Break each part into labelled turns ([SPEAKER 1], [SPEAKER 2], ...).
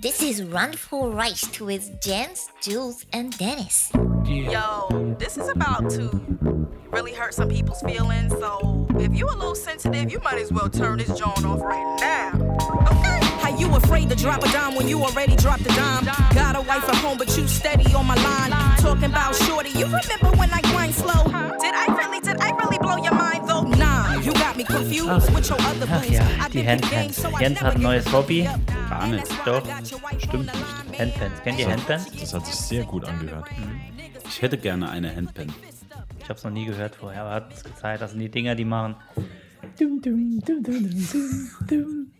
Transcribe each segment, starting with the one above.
[SPEAKER 1] This is Run for Rice with Jens, Jules, and Dennis.
[SPEAKER 2] Yo, this is about to really hurt some people's feelings. So if you a little sensitive, you might as well turn this joint off right now. Okay.
[SPEAKER 3] How you afraid to drop a dime when you already dropped a dime? Got a wife at home, but you steady on my line. Talking about shorty, you remember when I grind slow?
[SPEAKER 2] Did I really, did I really blow your mind though?
[SPEAKER 3] Nah, you got me confused with your other
[SPEAKER 4] Ach
[SPEAKER 3] moves.
[SPEAKER 4] ja,
[SPEAKER 3] I've
[SPEAKER 4] die
[SPEAKER 3] been in the game,
[SPEAKER 4] Handpans.
[SPEAKER 3] so I
[SPEAKER 4] Jens
[SPEAKER 3] never
[SPEAKER 4] hat ein
[SPEAKER 3] get
[SPEAKER 4] neues Hobby.
[SPEAKER 3] Gar
[SPEAKER 5] nicht.
[SPEAKER 4] Doch, stimmt nicht. Handpans. Kennt ihr Handpans?
[SPEAKER 5] Das hat sich sehr gut angehört.
[SPEAKER 4] Hm?
[SPEAKER 6] Ich hätte gerne eine Handpan.
[SPEAKER 4] Ich hab's noch nie gehört vorher, aber hat uns gezeigt. Das sind die Dinger, die machen.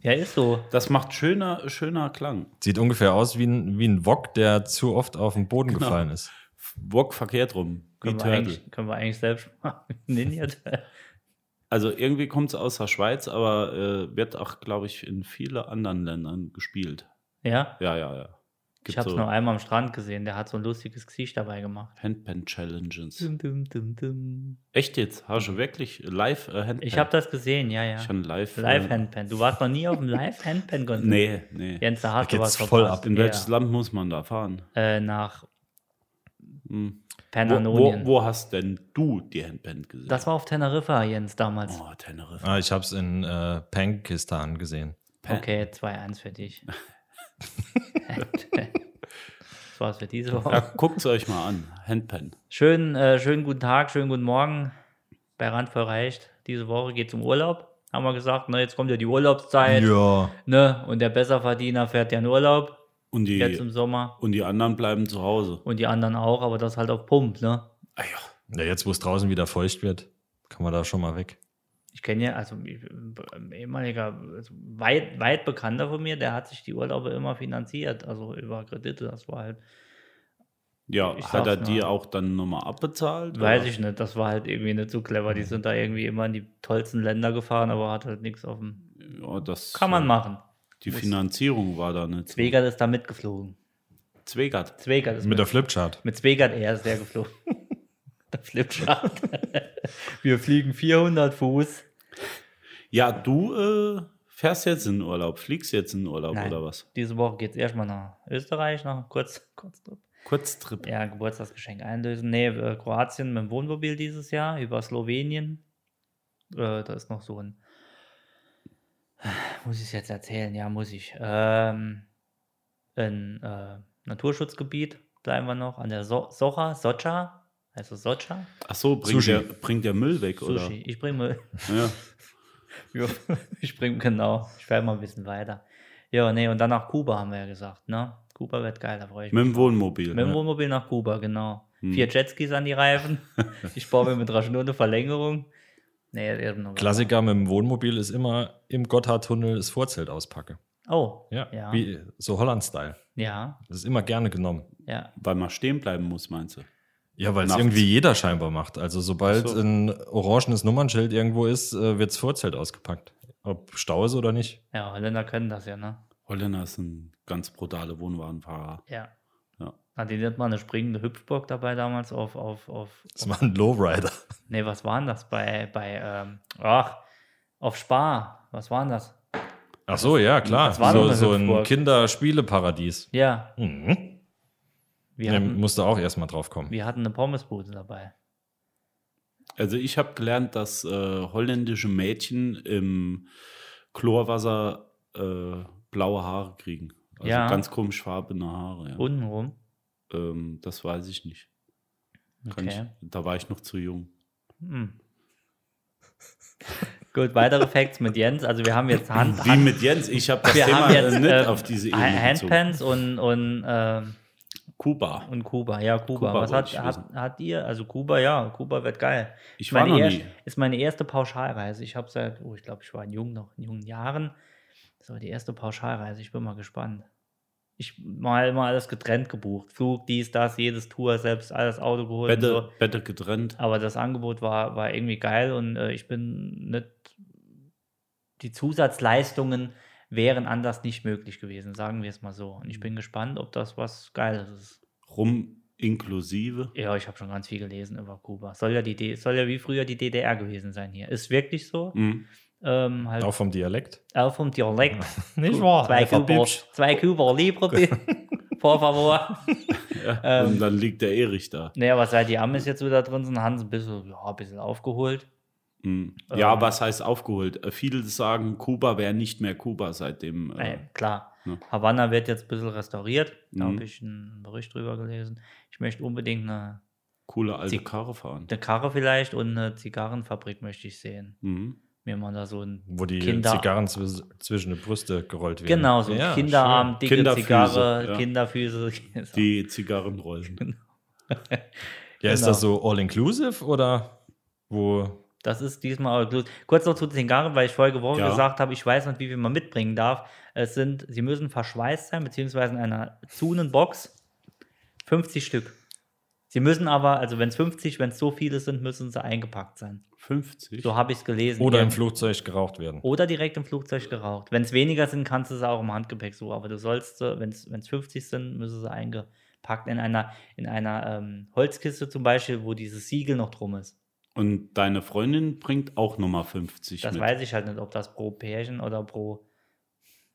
[SPEAKER 4] Ja, ist so.
[SPEAKER 6] Das macht schöner, schöner Klang.
[SPEAKER 5] Sieht ungefähr aus wie ein, wie ein Wok, der zu oft auf den Boden
[SPEAKER 6] Genau.
[SPEAKER 5] gefallen ist.
[SPEAKER 6] Wok verkehrt rum. Wie
[SPEAKER 4] Können wir,
[SPEAKER 6] Turtle.
[SPEAKER 4] eigentlich, können wir eigentlich selbst machen. Ninja Turtle.
[SPEAKER 6] Also irgendwie kommt es aus der Schweiz, aber äh, wird auch, glaube ich, in vielen anderen Ländern gespielt.
[SPEAKER 4] Ja,
[SPEAKER 6] Ja, ja, ja. Gibt
[SPEAKER 4] ich hab's
[SPEAKER 6] so
[SPEAKER 4] nur einmal am Strand gesehen. Der hat so ein lustiges Gesicht dabei gemacht.
[SPEAKER 6] Handpan-Challenges.
[SPEAKER 4] Dum, dum, dum, dum.
[SPEAKER 6] Echt jetzt? Hast du wirklich live äh, Handpan?
[SPEAKER 4] Ich habe das gesehen, ja, ja.
[SPEAKER 6] Ich habe live.
[SPEAKER 4] Live
[SPEAKER 6] äh,
[SPEAKER 4] Handpan. Du warst noch nie auf dem Live Handpan Konzert.
[SPEAKER 6] Nee, nee.
[SPEAKER 4] Jens, da hast
[SPEAKER 5] Da
[SPEAKER 4] du was
[SPEAKER 5] geht's voll
[SPEAKER 4] verpasst.
[SPEAKER 5] ab.
[SPEAKER 6] In
[SPEAKER 4] Ja.
[SPEAKER 6] welches Land muss man da fahren?
[SPEAKER 4] Äh, nach
[SPEAKER 6] Hm. Wo,
[SPEAKER 4] Pernanonien.
[SPEAKER 6] wo, wo hast denn du die Handpan gesehen?
[SPEAKER 4] Das war auf Teneriffa, Jens, damals.
[SPEAKER 6] Oh, Teneriffa.
[SPEAKER 5] Ah, ich habe es in äh, Pankistan gesehen.
[SPEAKER 4] okay, 2-1 für dich. das war's für diese Woche.
[SPEAKER 6] Ja, guckt es euch mal an. Handpan.
[SPEAKER 4] Schönen, äh, schönen guten Tag, schönen guten Morgen bei Randvoll Reicht. Diese Woche geht's um Urlaub. Haben wir gesagt, ne, jetzt kommt ja die Urlaubszeit.
[SPEAKER 5] Ja.
[SPEAKER 4] Ne, und der Besserverdiener fährt ja in Urlaub.
[SPEAKER 6] Und die,
[SPEAKER 4] Jetzt im Sommer.
[SPEAKER 6] und die anderen bleiben zu Hause.
[SPEAKER 4] Und die anderen auch, aber das halt auf Pump, ne?
[SPEAKER 6] Ah, ja.
[SPEAKER 5] ja. Jetzt, wo es draußen wieder feucht wird, kann man da schon mal weg.
[SPEAKER 4] Ich kenne ja, also ich- ein ehemaliger, also weit, weit bekannter von mir, der hat sich die Urlaube immer finanziert, also über Kredite, das war halt,
[SPEAKER 6] Ja,
[SPEAKER 4] Ich
[SPEAKER 6] hat er
[SPEAKER 4] sag's
[SPEAKER 6] die
[SPEAKER 4] nur.
[SPEAKER 6] auch dann nochmal abbezahlt?
[SPEAKER 4] weiß
[SPEAKER 6] oder?
[SPEAKER 4] ich nicht, das war halt irgendwie nicht so clever, die sind da irgendwie immer in die tollsten Länder gefahren, aber hat halt nichts auf dem,
[SPEAKER 6] Ja, das,
[SPEAKER 4] kann man
[SPEAKER 6] äh,
[SPEAKER 4] machen.
[SPEAKER 6] Die
[SPEAKER 4] Muss-
[SPEAKER 6] Finanzierung war da nicht. so-
[SPEAKER 4] Zwegert ist da mitgeflogen.
[SPEAKER 6] Zwegert.
[SPEAKER 4] Zwegert ist
[SPEAKER 5] Mit der Flipchart.
[SPEAKER 4] mit Zwegert eher ist der geflogen. der Flipchart. Wir fliegen 400 Fuß.
[SPEAKER 6] Ja, du äh, fährst jetzt in Urlaub, fliegst jetzt in Urlaub
[SPEAKER 4] Nein.
[SPEAKER 6] oder was?
[SPEAKER 4] Diese Woche geht es erstmal nach Österreich, noch kurz, kurz drüber.
[SPEAKER 6] Kurztrip.
[SPEAKER 4] Ja, Geburtstagsgeschenk einlösen. Nee, äh, Kroatien mit dem Wohnmobil dieses Jahr, über Slowenien. Äh, da ist noch so ein. Muss ich es jetzt erzählen? Ja, muss ich. Ähm, ein äh, Naturschutzgebiet bleiben wir noch an der so Socha, Socha, also Socha.
[SPEAKER 6] Ach so, bringt
[SPEAKER 5] Sushi.
[SPEAKER 6] der, bringt der Müll weg,
[SPEAKER 4] Sushi. Ich bringe
[SPEAKER 6] oder? Ja.
[SPEAKER 4] ich bringe genau. Ich fahre mal ein bisschen weiter. Ja, nee, und dann nach Kuba haben wir ja gesagt, ne? Kuba wird geil, da freue ich mich.
[SPEAKER 6] Mit dem Wohnmobil.
[SPEAKER 4] Mit dem
[SPEAKER 6] ja.
[SPEAKER 4] Wohnmobil nach Kuba, genau.
[SPEAKER 6] ne? Hm.
[SPEAKER 4] Vier Jetskis an die Reifen. Ich baue mir mit einer Schnur eine Verlängerung. Nee, eben noch was.
[SPEAKER 5] Klassiker mit dem Wohnmobil ist immer im Gotthardtunnel das Vorzelt auspacke.
[SPEAKER 4] Oh,
[SPEAKER 5] Ja.
[SPEAKER 4] Ja.
[SPEAKER 5] Wie, so Holland-Style.
[SPEAKER 4] ja,
[SPEAKER 5] Das ist immer gerne genommen.
[SPEAKER 4] ja.
[SPEAKER 6] Weil man stehen bleiben muss, meinst du?
[SPEAKER 5] Ja, weil es
[SPEAKER 6] Nachts.
[SPEAKER 5] irgendwie jeder scheinbar macht. Also sobald
[SPEAKER 6] Ach so.
[SPEAKER 5] ein orangenes Nummernschild irgendwo ist, äh, wird das Vorzelt ausgepackt. Ob Stau ist oder nicht.
[SPEAKER 4] Ja, Holländer können das ja, ne?
[SPEAKER 6] Holländer ist ein ganz brutaler Wohnwagenfahrer.
[SPEAKER 4] Ja.
[SPEAKER 6] Ja.
[SPEAKER 4] Hat die nicht mal eine springende Hüpfburg dabei damals auf, auf, auf.
[SPEAKER 5] Das war ein Lowrider.
[SPEAKER 4] Nee, was waren das? Bei, bei, ähm, ach, auf Spar. Was waren das?
[SPEAKER 5] Ach so, ja, klar.
[SPEAKER 4] Das war doch
[SPEAKER 5] so
[SPEAKER 4] eine
[SPEAKER 5] so ein
[SPEAKER 4] Hüpfburg.
[SPEAKER 5] Kinderspieleparadies.
[SPEAKER 4] Ja,
[SPEAKER 5] Mhm.
[SPEAKER 4] wir,
[SPEAKER 5] Nee,
[SPEAKER 4] hatten,
[SPEAKER 5] musste auch erstmal drauf kommen.
[SPEAKER 4] wir hatten eine Pommesbude dabei.
[SPEAKER 6] Also ich habe gelernt, dass äh, holländische Mädchen im Chlorwasser äh, blaue Haare kriegen. Also
[SPEAKER 4] Ja.
[SPEAKER 6] ganz komisch farbene Haare. Ja.
[SPEAKER 4] Untenrum.
[SPEAKER 6] Ähm, das weiß ich nicht. Kann
[SPEAKER 4] Okay.
[SPEAKER 6] ich, da war ich noch zu jung.
[SPEAKER 4] Hm. Gut, weitere Facts mit Jens. Also wir haben jetzt Hand,
[SPEAKER 6] Wie mit Jens, ich habe das
[SPEAKER 4] wir
[SPEAKER 6] Thema
[SPEAKER 4] haben jetzt
[SPEAKER 6] nicht
[SPEAKER 4] äh,
[SPEAKER 6] auf diese Ebene bezogen.
[SPEAKER 4] Handpans und, und, ähm,
[SPEAKER 6] Kuba.
[SPEAKER 4] und Kuba. Ja, Kuba.
[SPEAKER 6] Kuba
[SPEAKER 4] Was
[SPEAKER 6] wollte
[SPEAKER 4] hat,
[SPEAKER 6] ich
[SPEAKER 4] hat, hat ihr? Also Kuba, ja, Kuba wird geil.
[SPEAKER 6] Ich war noch
[SPEAKER 4] erst-
[SPEAKER 6] nie.
[SPEAKER 4] Ist meine erste Pauschalreise. Ich habe seit, oh, ich glaube, ich war in jung noch in jungen Jahren. Das war die erste Pauschalreise. Ich bin mal gespannt. Ich mal immer alles getrennt gebucht. Flug, dies, das, jedes Tour, selbst alles Auto geholt. und so.
[SPEAKER 6] Bette, Bette getrennt.
[SPEAKER 4] Aber das Angebot war, war irgendwie geil und äh, ich bin nicht. Die Zusatzleistungen wären anders nicht möglich gewesen, sagen wir es mal so. Und ich bin gespannt, ob das was Geiles ist.
[SPEAKER 6] Rum inklusive.
[SPEAKER 4] Ja, ich habe schon ganz viel gelesen über Kuba. Soll ja, die D soll ja wie früher die DDR gewesen sein hier. Ist wirklich so.
[SPEAKER 6] Mhm.
[SPEAKER 4] Ähm, halt
[SPEAKER 5] Auch vom Dialekt.
[SPEAKER 4] auch vom Dialekt.
[SPEAKER 5] Nicht wahr?
[SPEAKER 4] Zwei
[SPEAKER 5] Einfach
[SPEAKER 4] Kuba,
[SPEAKER 5] Bibsch.
[SPEAKER 4] zwei Kuba Libre, bitte. Por favor. Ähm.
[SPEAKER 6] und dann liegt der Erich da.
[SPEAKER 4] Naja, was halt die Amis jetzt wieder drin sind, haben sie ein bisschen, ja, ein bisschen aufgeholt.
[SPEAKER 6] Mhm.
[SPEAKER 4] Ähm.
[SPEAKER 6] Ja, was heißt aufgeholt? Äh, Viele sagen, Kuba wäre nicht mehr Kuba seitdem. Äh,
[SPEAKER 4] Ey, klar.
[SPEAKER 6] ne.
[SPEAKER 4] Havanna wird jetzt ein bisschen restauriert. Da
[SPEAKER 6] Mhm.
[SPEAKER 4] habe ich einen Bericht drüber gelesen. Ich möchte unbedingt eine,
[SPEAKER 6] Coole alte
[SPEAKER 4] Sie-
[SPEAKER 6] Karre fahren.
[SPEAKER 4] eine Karre vielleicht und eine Zigarrenfabrik möchte ich sehen.
[SPEAKER 6] Mhm.
[SPEAKER 4] Mir mal da so ein
[SPEAKER 5] Wo die
[SPEAKER 4] Kinder-
[SPEAKER 5] Zigarren zwi- zwischen die Brüste gerollt werden.
[SPEAKER 4] Genau, so
[SPEAKER 5] Ja,
[SPEAKER 4] Kinderarm, dicke
[SPEAKER 6] Kinderfüße,
[SPEAKER 4] Zigarre,
[SPEAKER 6] ja.
[SPEAKER 4] Kinderfüße.
[SPEAKER 6] Die Zigarrenrollen.
[SPEAKER 5] schön. Ja, ist
[SPEAKER 4] genau.
[SPEAKER 5] das so all-inclusive oder wo?
[SPEAKER 4] Das ist diesmal auch gut. Kurz noch zu den Zigarren, weil ich vorige Woche
[SPEAKER 6] Ja.
[SPEAKER 4] gesagt habe, ich weiß nicht, wie viel man mitbringen darf. Es sind, sie müssen verschweißt sein, beziehungsweise in einer Zunenbox 50 Stück. Sie müssen aber, also wenn es 50, wenn es so viele sind, müssen sie eingepackt sein.
[SPEAKER 6] 50.
[SPEAKER 4] So habe ich es gelesen.
[SPEAKER 5] Oder
[SPEAKER 4] Ja.
[SPEAKER 5] im Flugzeug geraucht werden.
[SPEAKER 4] Oder direkt im Flugzeug geraucht. Wenn es weniger sind, kannst du sie auch im Handgepäck suchen. Aber du sollst, wenn es 50 sind, müssen sie eingepackt in einer, in einer ähm, Holzkiste zum Beispiel, wo dieses Siegel noch drum ist.
[SPEAKER 6] Und deine Freundin bringt auch nochmal 50
[SPEAKER 4] Das
[SPEAKER 6] mit.
[SPEAKER 4] weiß ich halt nicht, ob das pro Pärchen oder pro.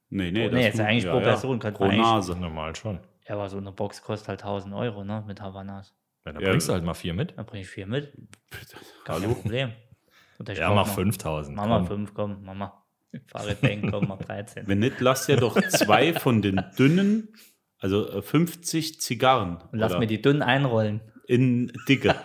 [SPEAKER 6] Nee, nee,
[SPEAKER 4] Oh,
[SPEAKER 6] das
[SPEAKER 4] nee, jetzt
[SPEAKER 6] nur-
[SPEAKER 4] eigentlich pro Person könnte
[SPEAKER 6] Pro
[SPEAKER 4] man eigentlich-
[SPEAKER 6] Nase.
[SPEAKER 5] Also Normal schon.
[SPEAKER 4] Ja, aber so eine Box kostet halt 1000 Euro, ne? Mit Havanas.
[SPEAKER 5] Ja, dann
[SPEAKER 6] Ja.
[SPEAKER 5] bringst du halt mal vier mit.
[SPEAKER 4] Dann bringe ich vier mit. Gar
[SPEAKER 6] Hallo?
[SPEAKER 4] kein Problem. Und ich
[SPEAKER 5] Ja,
[SPEAKER 4] kauf
[SPEAKER 5] mach
[SPEAKER 4] noch-
[SPEAKER 5] 5000.
[SPEAKER 4] Mach mal
[SPEAKER 5] komm.
[SPEAKER 4] fünf, komm, Mama. Fahrradbank, komm, mach 13.
[SPEAKER 6] Wenn nicht, lass ja doch zwei von den dünnen, also äh, 50 Zigarren.
[SPEAKER 4] Und lass
[SPEAKER 6] oder
[SPEAKER 4] mir die dünnen einrollen.
[SPEAKER 6] In dicke.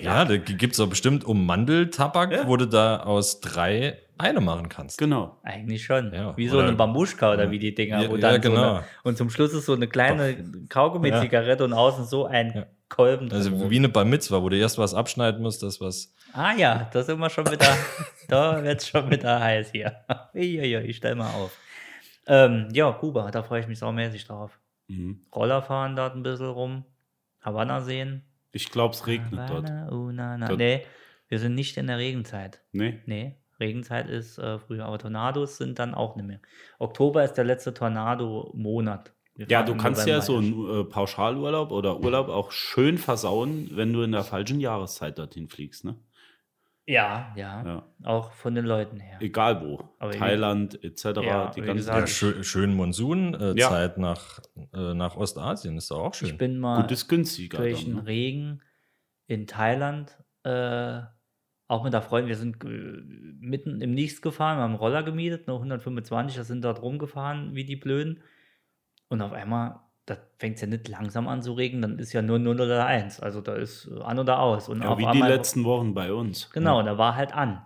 [SPEAKER 5] Ja, da gibt es doch bestimmt um Mandeltabak, wo du da aus drei eine machen kannst.
[SPEAKER 6] Genau.
[SPEAKER 4] Eigentlich schon.
[SPEAKER 5] Ja,
[SPEAKER 4] wie so
[SPEAKER 5] oder-
[SPEAKER 4] eine Bambuschka oder wie die Dinger.
[SPEAKER 5] Ja,
[SPEAKER 4] wo
[SPEAKER 5] ja,
[SPEAKER 4] dann so
[SPEAKER 5] genau.
[SPEAKER 4] eine, und zum Schluss ist so eine kleine Kaugummi-Zigarette und außen so ein
[SPEAKER 5] Ja.
[SPEAKER 4] Kolben. drin.
[SPEAKER 5] Also wie eine Bar Mitzwa, wo du erst was abschneiden musst, das was.
[SPEAKER 4] ah ja, da sind wir schon wieder. da wird es schon wieder heiß hier. Uiuiui, ich stell mal auf. Ähm, ja, Kuba, da freue ich mich saumäßig drauf.
[SPEAKER 6] Mhm.
[SPEAKER 4] Roller fahren dort ein bisschen rum. Havanna sehen.
[SPEAKER 6] Ich glaube, es regnet dort.
[SPEAKER 4] Havana, uh, na, na.
[SPEAKER 6] Dort-
[SPEAKER 4] Nee, wir sind nicht in der Regenzeit.
[SPEAKER 6] Nee.
[SPEAKER 4] Nee, Regenzeit ist äh, früher, aber Tornados sind dann auch nicht mehr. Oktober ist der letzte Tornado-Monat. Wir
[SPEAKER 6] Ja,
[SPEAKER 4] fahren
[SPEAKER 6] du
[SPEAKER 4] im
[SPEAKER 6] kannst ja
[SPEAKER 4] November
[SPEAKER 6] so
[SPEAKER 4] erst.
[SPEAKER 6] einen äh, Pauschalurlaub oder Urlaub auch schön versauen, wenn du in der falschen Jahreszeit dorthin fliegst. Ne?
[SPEAKER 4] Ja, ja,
[SPEAKER 6] Ja.
[SPEAKER 4] Auch von den Leuten her.
[SPEAKER 6] Egal wo.
[SPEAKER 4] Aber wie-
[SPEAKER 6] Thailand etc.
[SPEAKER 4] Ja,
[SPEAKER 6] die
[SPEAKER 4] wie
[SPEAKER 6] ganze
[SPEAKER 4] gesagt,
[SPEAKER 5] Ja,
[SPEAKER 4] ich-
[SPEAKER 5] schö schön Monsunzeit
[SPEAKER 6] Ja.
[SPEAKER 5] Zeit nach, äh, nach Ostasien ist doch auch schön.
[SPEAKER 4] Ich bin mal
[SPEAKER 6] Gut ist günstiger.
[SPEAKER 4] durch den
[SPEAKER 6] Dann, ne?
[SPEAKER 4] Regen in Thailand, äh, auch mit der Freundin, wir sind äh, mitten im Nichts gefahren, wir haben einen Roller gemietet, nur 125, das sind dort rumgefahren wie die Blöden. Und auf einmal, da fängt es ja nicht langsam an zu regnen, dann ist ja nur 0 oder 1. Also da ist äh, an oder aus. Und
[SPEAKER 6] Ja,
[SPEAKER 4] auf
[SPEAKER 6] wie die
[SPEAKER 4] einmal,
[SPEAKER 6] letzten Wochen bei uns.
[SPEAKER 4] Genau, da war halt an.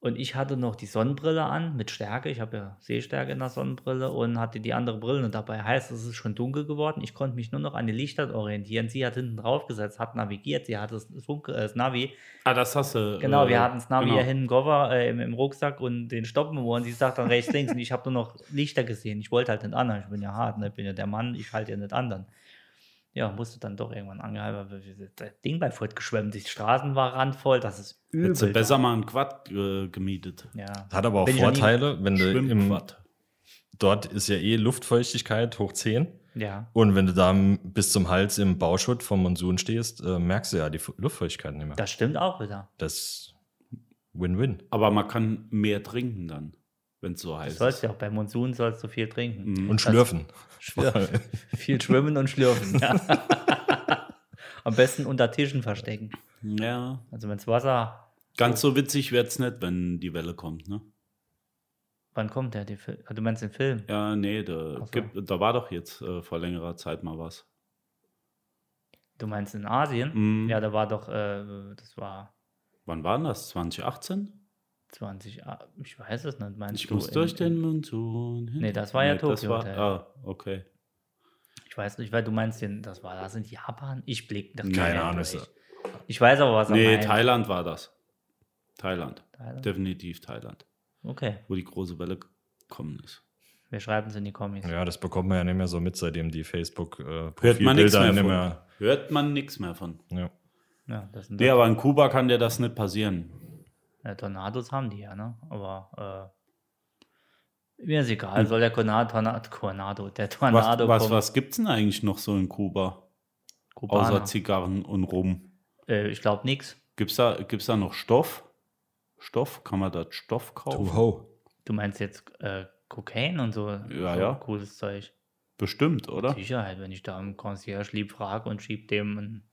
[SPEAKER 4] Und ich hatte noch die Sonnenbrille an mit Stärke. Ich habe ja Sehstärke in der Sonnenbrille und hatte die andere Brille. Und dabei heißt es, es ist schon dunkel geworden. Ich konnte mich nur noch an die Lichter orientieren. Sie hat hinten drauf gesetzt, hat navigiert. Sie hatte das, Funke, äh, das Navi.
[SPEAKER 6] Ah, das hast du.
[SPEAKER 4] Genau,
[SPEAKER 6] äh,
[SPEAKER 4] wir hatten das Navi
[SPEAKER 6] genau.
[SPEAKER 4] ja hinten im Koffer, äh, im, im Rucksack und den Stoppen im Ohr. Und sie sagt dann rechts, links. Und ich habe nur noch Lichter gesehen. Ich wollte halt nicht anhalten. Ich bin ja hart, ne? ich bin ja der Mann. Ich halte ja nicht an dann. Ja, musste dann doch irgendwann angehalten. weil wir- Das Ding bei Furt geschwemmt. Die Straßen waren randvoll. Das ist übel.
[SPEAKER 6] Hättest du besser mal ein Quad äh, gemietet.
[SPEAKER 4] Ja.
[SPEAKER 5] Hat aber auch
[SPEAKER 4] Bin ich noch nie-
[SPEAKER 5] Vorteile, wenn du im,
[SPEAKER 6] Schwimmquad.
[SPEAKER 5] dort ist ja eh Luftfeuchtigkeit hoch 10
[SPEAKER 4] Ja.
[SPEAKER 5] und wenn du da m- bis zum Hals im Bauschutt vom Monsun stehst, äh, merkst du ja die Fu- Luftfeuchtigkeit nicht mehr.
[SPEAKER 4] Das stimmt auch wieder.
[SPEAKER 5] Das ist Win-Win.
[SPEAKER 4] Hm,
[SPEAKER 6] Aber man kann mehr trinken dann, wenn es so
[SPEAKER 4] Du
[SPEAKER 6] heiß
[SPEAKER 4] sollst
[SPEAKER 6] ist.
[SPEAKER 4] ja auch bei Monsun sollst du viel trinken.
[SPEAKER 6] Mhm.
[SPEAKER 5] Und schlürfen.
[SPEAKER 4] Viel schwimmen und schlürfen. Ja. Am besten unter Tischen verstecken.
[SPEAKER 6] Ja,
[SPEAKER 4] Also wenn's Wasser.
[SPEAKER 6] ganz so witzig wird es nicht, wenn die Welle kommt, ne?
[SPEAKER 4] Wann kommt der? Die Fil- ah, Du meinst den Film?
[SPEAKER 6] Ja, nee, da,
[SPEAKER 4] Ach so.
[SPEAKER 6] gibt, da war doch jetzt äh, vor längerer Zeit mal was.
[SPEAKER 4] Du meinst in Asien?
[SPEAKER 6] Mhm.
[SPEAKER 4] Ja, da war doch, äh, das war
[SPEAKER 6] Wann war denn das? 2018?
[SPEAKER 4] 20. ah, Ich weiß es nicht. Meinst
[SPEAKER 6] Ich
[SPEAKER 4] du?
[SPEAKER 6] muss
[SPEAKER 4] in-
[SPEAKER 6] durch den
[SPEAKER 4] in-
[SPEAKER 6] Monsun hin.
[SPEAKER 4] Nee, das war ja Tokyo
[SPEAKER 6] war-
[SPEAKER 4] Hotel.
[SPEAKER 6] Ah, okay.
[SPEAKER 4] Ich weiß nicht, weil du meinst den. Das war das in Japan? Ich blick das
[SPEAKER 6] Keine
[SPEAKER 4] kann ja
[SPEAKER 5] Ahnung,
[SPEAKER 4] durch.
[SPEAKER 5] ist-
[SPEAKER 4] Ich weiß aber, was er
[SPEAKER 6] äh, Nee,
[SPEAKER 4] meint.
[SPEAKER 6] Thailand war das. Thailand.
[SPEAKER 4] Thailand?
[SPEAKER 6] Definitiv Thailand.
[SPEAKER 4] Okay,
[SPEAKER 6] Wo die große Welle gekommen ist.
[SPEAKER 4] wir schreiben es in die Kommis.
[SPEAKER 5] Ja, das bekommt man ja nicht mehr so mit, seitdem die facebook äh,
[SPEAKER 6] Hört man nichts
[SPEAKER 5] Profilbilder
[SPEAKER 6] mehr
[SPEAKER 5] nicht
[SPEAKER 6] von.
[SPEAKER 5] mehr-
[SPEAKER 6] Hört man nichts mehr von.
[SPEAKER 5] Ja.
[SPEAKER 4] Ja, das sind
[SPEAKER 6] Nee, aber in Kuba kann dir das nicht passieren.
[SPEAKER 4] Ja, Tornados haben die ja, ne? Aber äh, mir ist egal, soll der Tornado, Tornado, Tornado der
[SPEAKER 6] Hm. Was,
[SPEAKER 4] Tornado
[SPEAKER 6] was,
[SPEAKER 4] kommen.
[SPEAKER 6] was gibt's denn eigentlich noch so in Kuba?
[SPEAKER 4] Kubaner.
[SPEAKER 6] Außer Zigarren und Rum.
[SPEAKER 4] äh, ich glaube nix.
[SPEAKER 6] Gibt's da, gibt's da noch Stoff? Stoff, kann man das Stoff kaufen?
[SPEAKER 5] Uho.
[SPEAKER 4] Du meinst jetzt äh, Kokain und so?
[SPEAKER 6] Ja,
[SPEAKER 4] so
[SPEAKER 6] ja.
[SPEAKER 4] Cooles Zeug.
[SPEAKER 6] Bestimmt, oder?
[SPEAKER 4] Sicherheit, halt, wenn ich da am Concierge lieb frage und schieb dem einen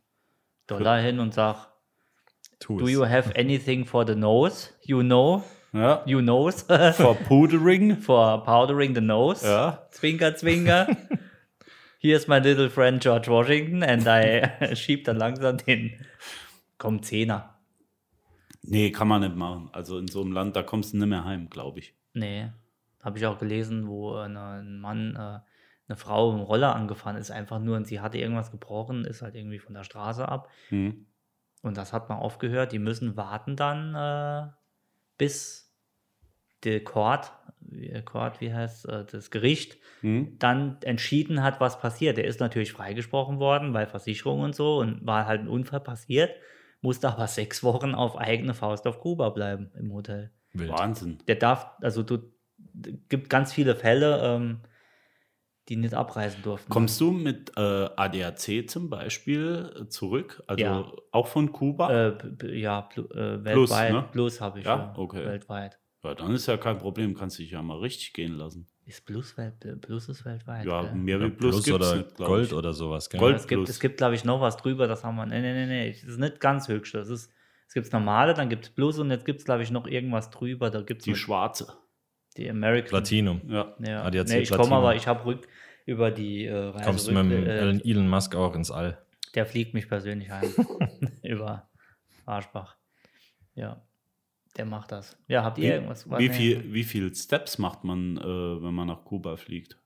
[SPEAKER 4] Dollar hin und sag,
[SPEAKER 5] Tu
[SPEAKER 4] do
[SPEAKER 5] es.
[SPEAKER 4] you have anything for the nose? You know,
[SPEAKER 6] Ja.
[SPEAKER 4] you knows,
[SPEAKER 6] For Pudering.
[SPEAKER 4] for powdering the nose.
[SPEAKER 6] Ja.
[SPEAKER 4] Zwinker, zwinker. Here's my little friend George Washington and I schieb dann langsam den, komm, Zehner.
[SPEAKER 6] Nee, kann man nicht machen. Also in so einem Land, da kommst du nicht mehr heim, glaube ich.
[SPEAKER 4] Nee, habe ich auch gelesen, wo äh, ne- ein Mann äh, eine Frau im Roller angefahren ist, einfach nur und sie hatte irgendwas gebrochen, ist halt irgendwie von der Straße ab.
[SPEAKER 6] Hm.
[SPEAKER 4] Und das hat man aufgehört. Die müssen warten dann, äh, bis der Court, wie- Court, wie heißt äh, das Gericht,
[SPEAKER 6] Hm.
[SPEAKER 4] dann entschieden hat, was passiert. Er ist natürlich freigesprochen worden, weil Versicherung und so und war halt ein Unfall passiert, musste aber sechs Wochen auf eigene Faust auf Kuba bleiben im Hotel
[SPEAKER 5] Wild.
[SPEAKER 6] Wahnsinn.
[SPEAKER 4] der darf, also du gibt ganz viele Fälle, ähm, die nicht abreisen durften.
[SPEAKER 6] Kommst du mit äh, ADAC zum Beispiel zurück? Also
[SPEAKER 4] Ja.
[SPEAKER 6] auch von Kuba?
[SPEAKER 4] Äh, b- b- ja, pl- äh,
[SPEAKER 6] Plus,
[SPEAKER 4] weltweit.
[SPEAKER 6] ne?
[SPEAKER 4] Plus habe ich.
[SPEAKER 6] Ja? Okay.
[SPEAKER 4] Weltweit.
[SPEAKER 6] Ja, dann ist ja kein Problem, kannst dich ja mal richtig gehen lassen.
[SPEAKER 4] Ist Plus, welt, Plus ist weltweit.
[SPEAKER 6] Ja,
[SPEAKER 4] gell?
[SPEAKER 6] mehr wie
[SPEAKER 5] Ja,
[SPEAKER 6] Plus,
[SPEAKER 5] Plus
[SPEAKER 6] gibt's
[SPEAKER 5] oder
[SPEAKER 6] nicht, glaub
[SPEAKER 5] Gold
[SPEAKER 6] ich.
[SPEAKER 5] oder sowas, genau. gell?
[SPEAKER 6] Gold.
[SPEAKER 4] es gibt,
[SPEAKER 6] Plus.
[SPEAKER 4] es gibt glaube ich, noch was drüber, das haben wir. Nee, nee, nee, nee. Es ist nicht ganz höchste. Es ist. Es gibt normale, dann gibt es Plus und jetzt gibt es, glaube ich, noch irgendwas drüber. Da gibt
[SPEAKER 6] Die
[SPEAKER 4] es
[SPEAKER 6] schwarze.
[SPEAKER 4] die American.
[SPEAKER 5] Platinum.
[SPEAKER 6] Ja.
[SPEAKER 4] Ja.
[SPEAKER 5] ADAC
[SPEAKER 4] nee, ich komme
[SPEAKER 5] Platinum.
[SPEAKER 4] aber, ich habe rück über die äh, Reise.
[SPEAKER 5] Kommst
[SPEAKER 4] rück,
[SPEAKER 5] mit dem
[SPEAKER 4] äh,
[SPEAKER 5] Elon- Elon Musk auch ins All.
[SPEAKER 4] Der fliegt mich persönlich heim. über Arschbach. Ja, der macht das. Ja, habt ihr
[SPEAKER 6] Wie,
[SPEAKER 4] irgendwas?
[SPEAKER 6] wie, viel, wie viel Steps macht man, äh, wenn man nach Kuba fliegt?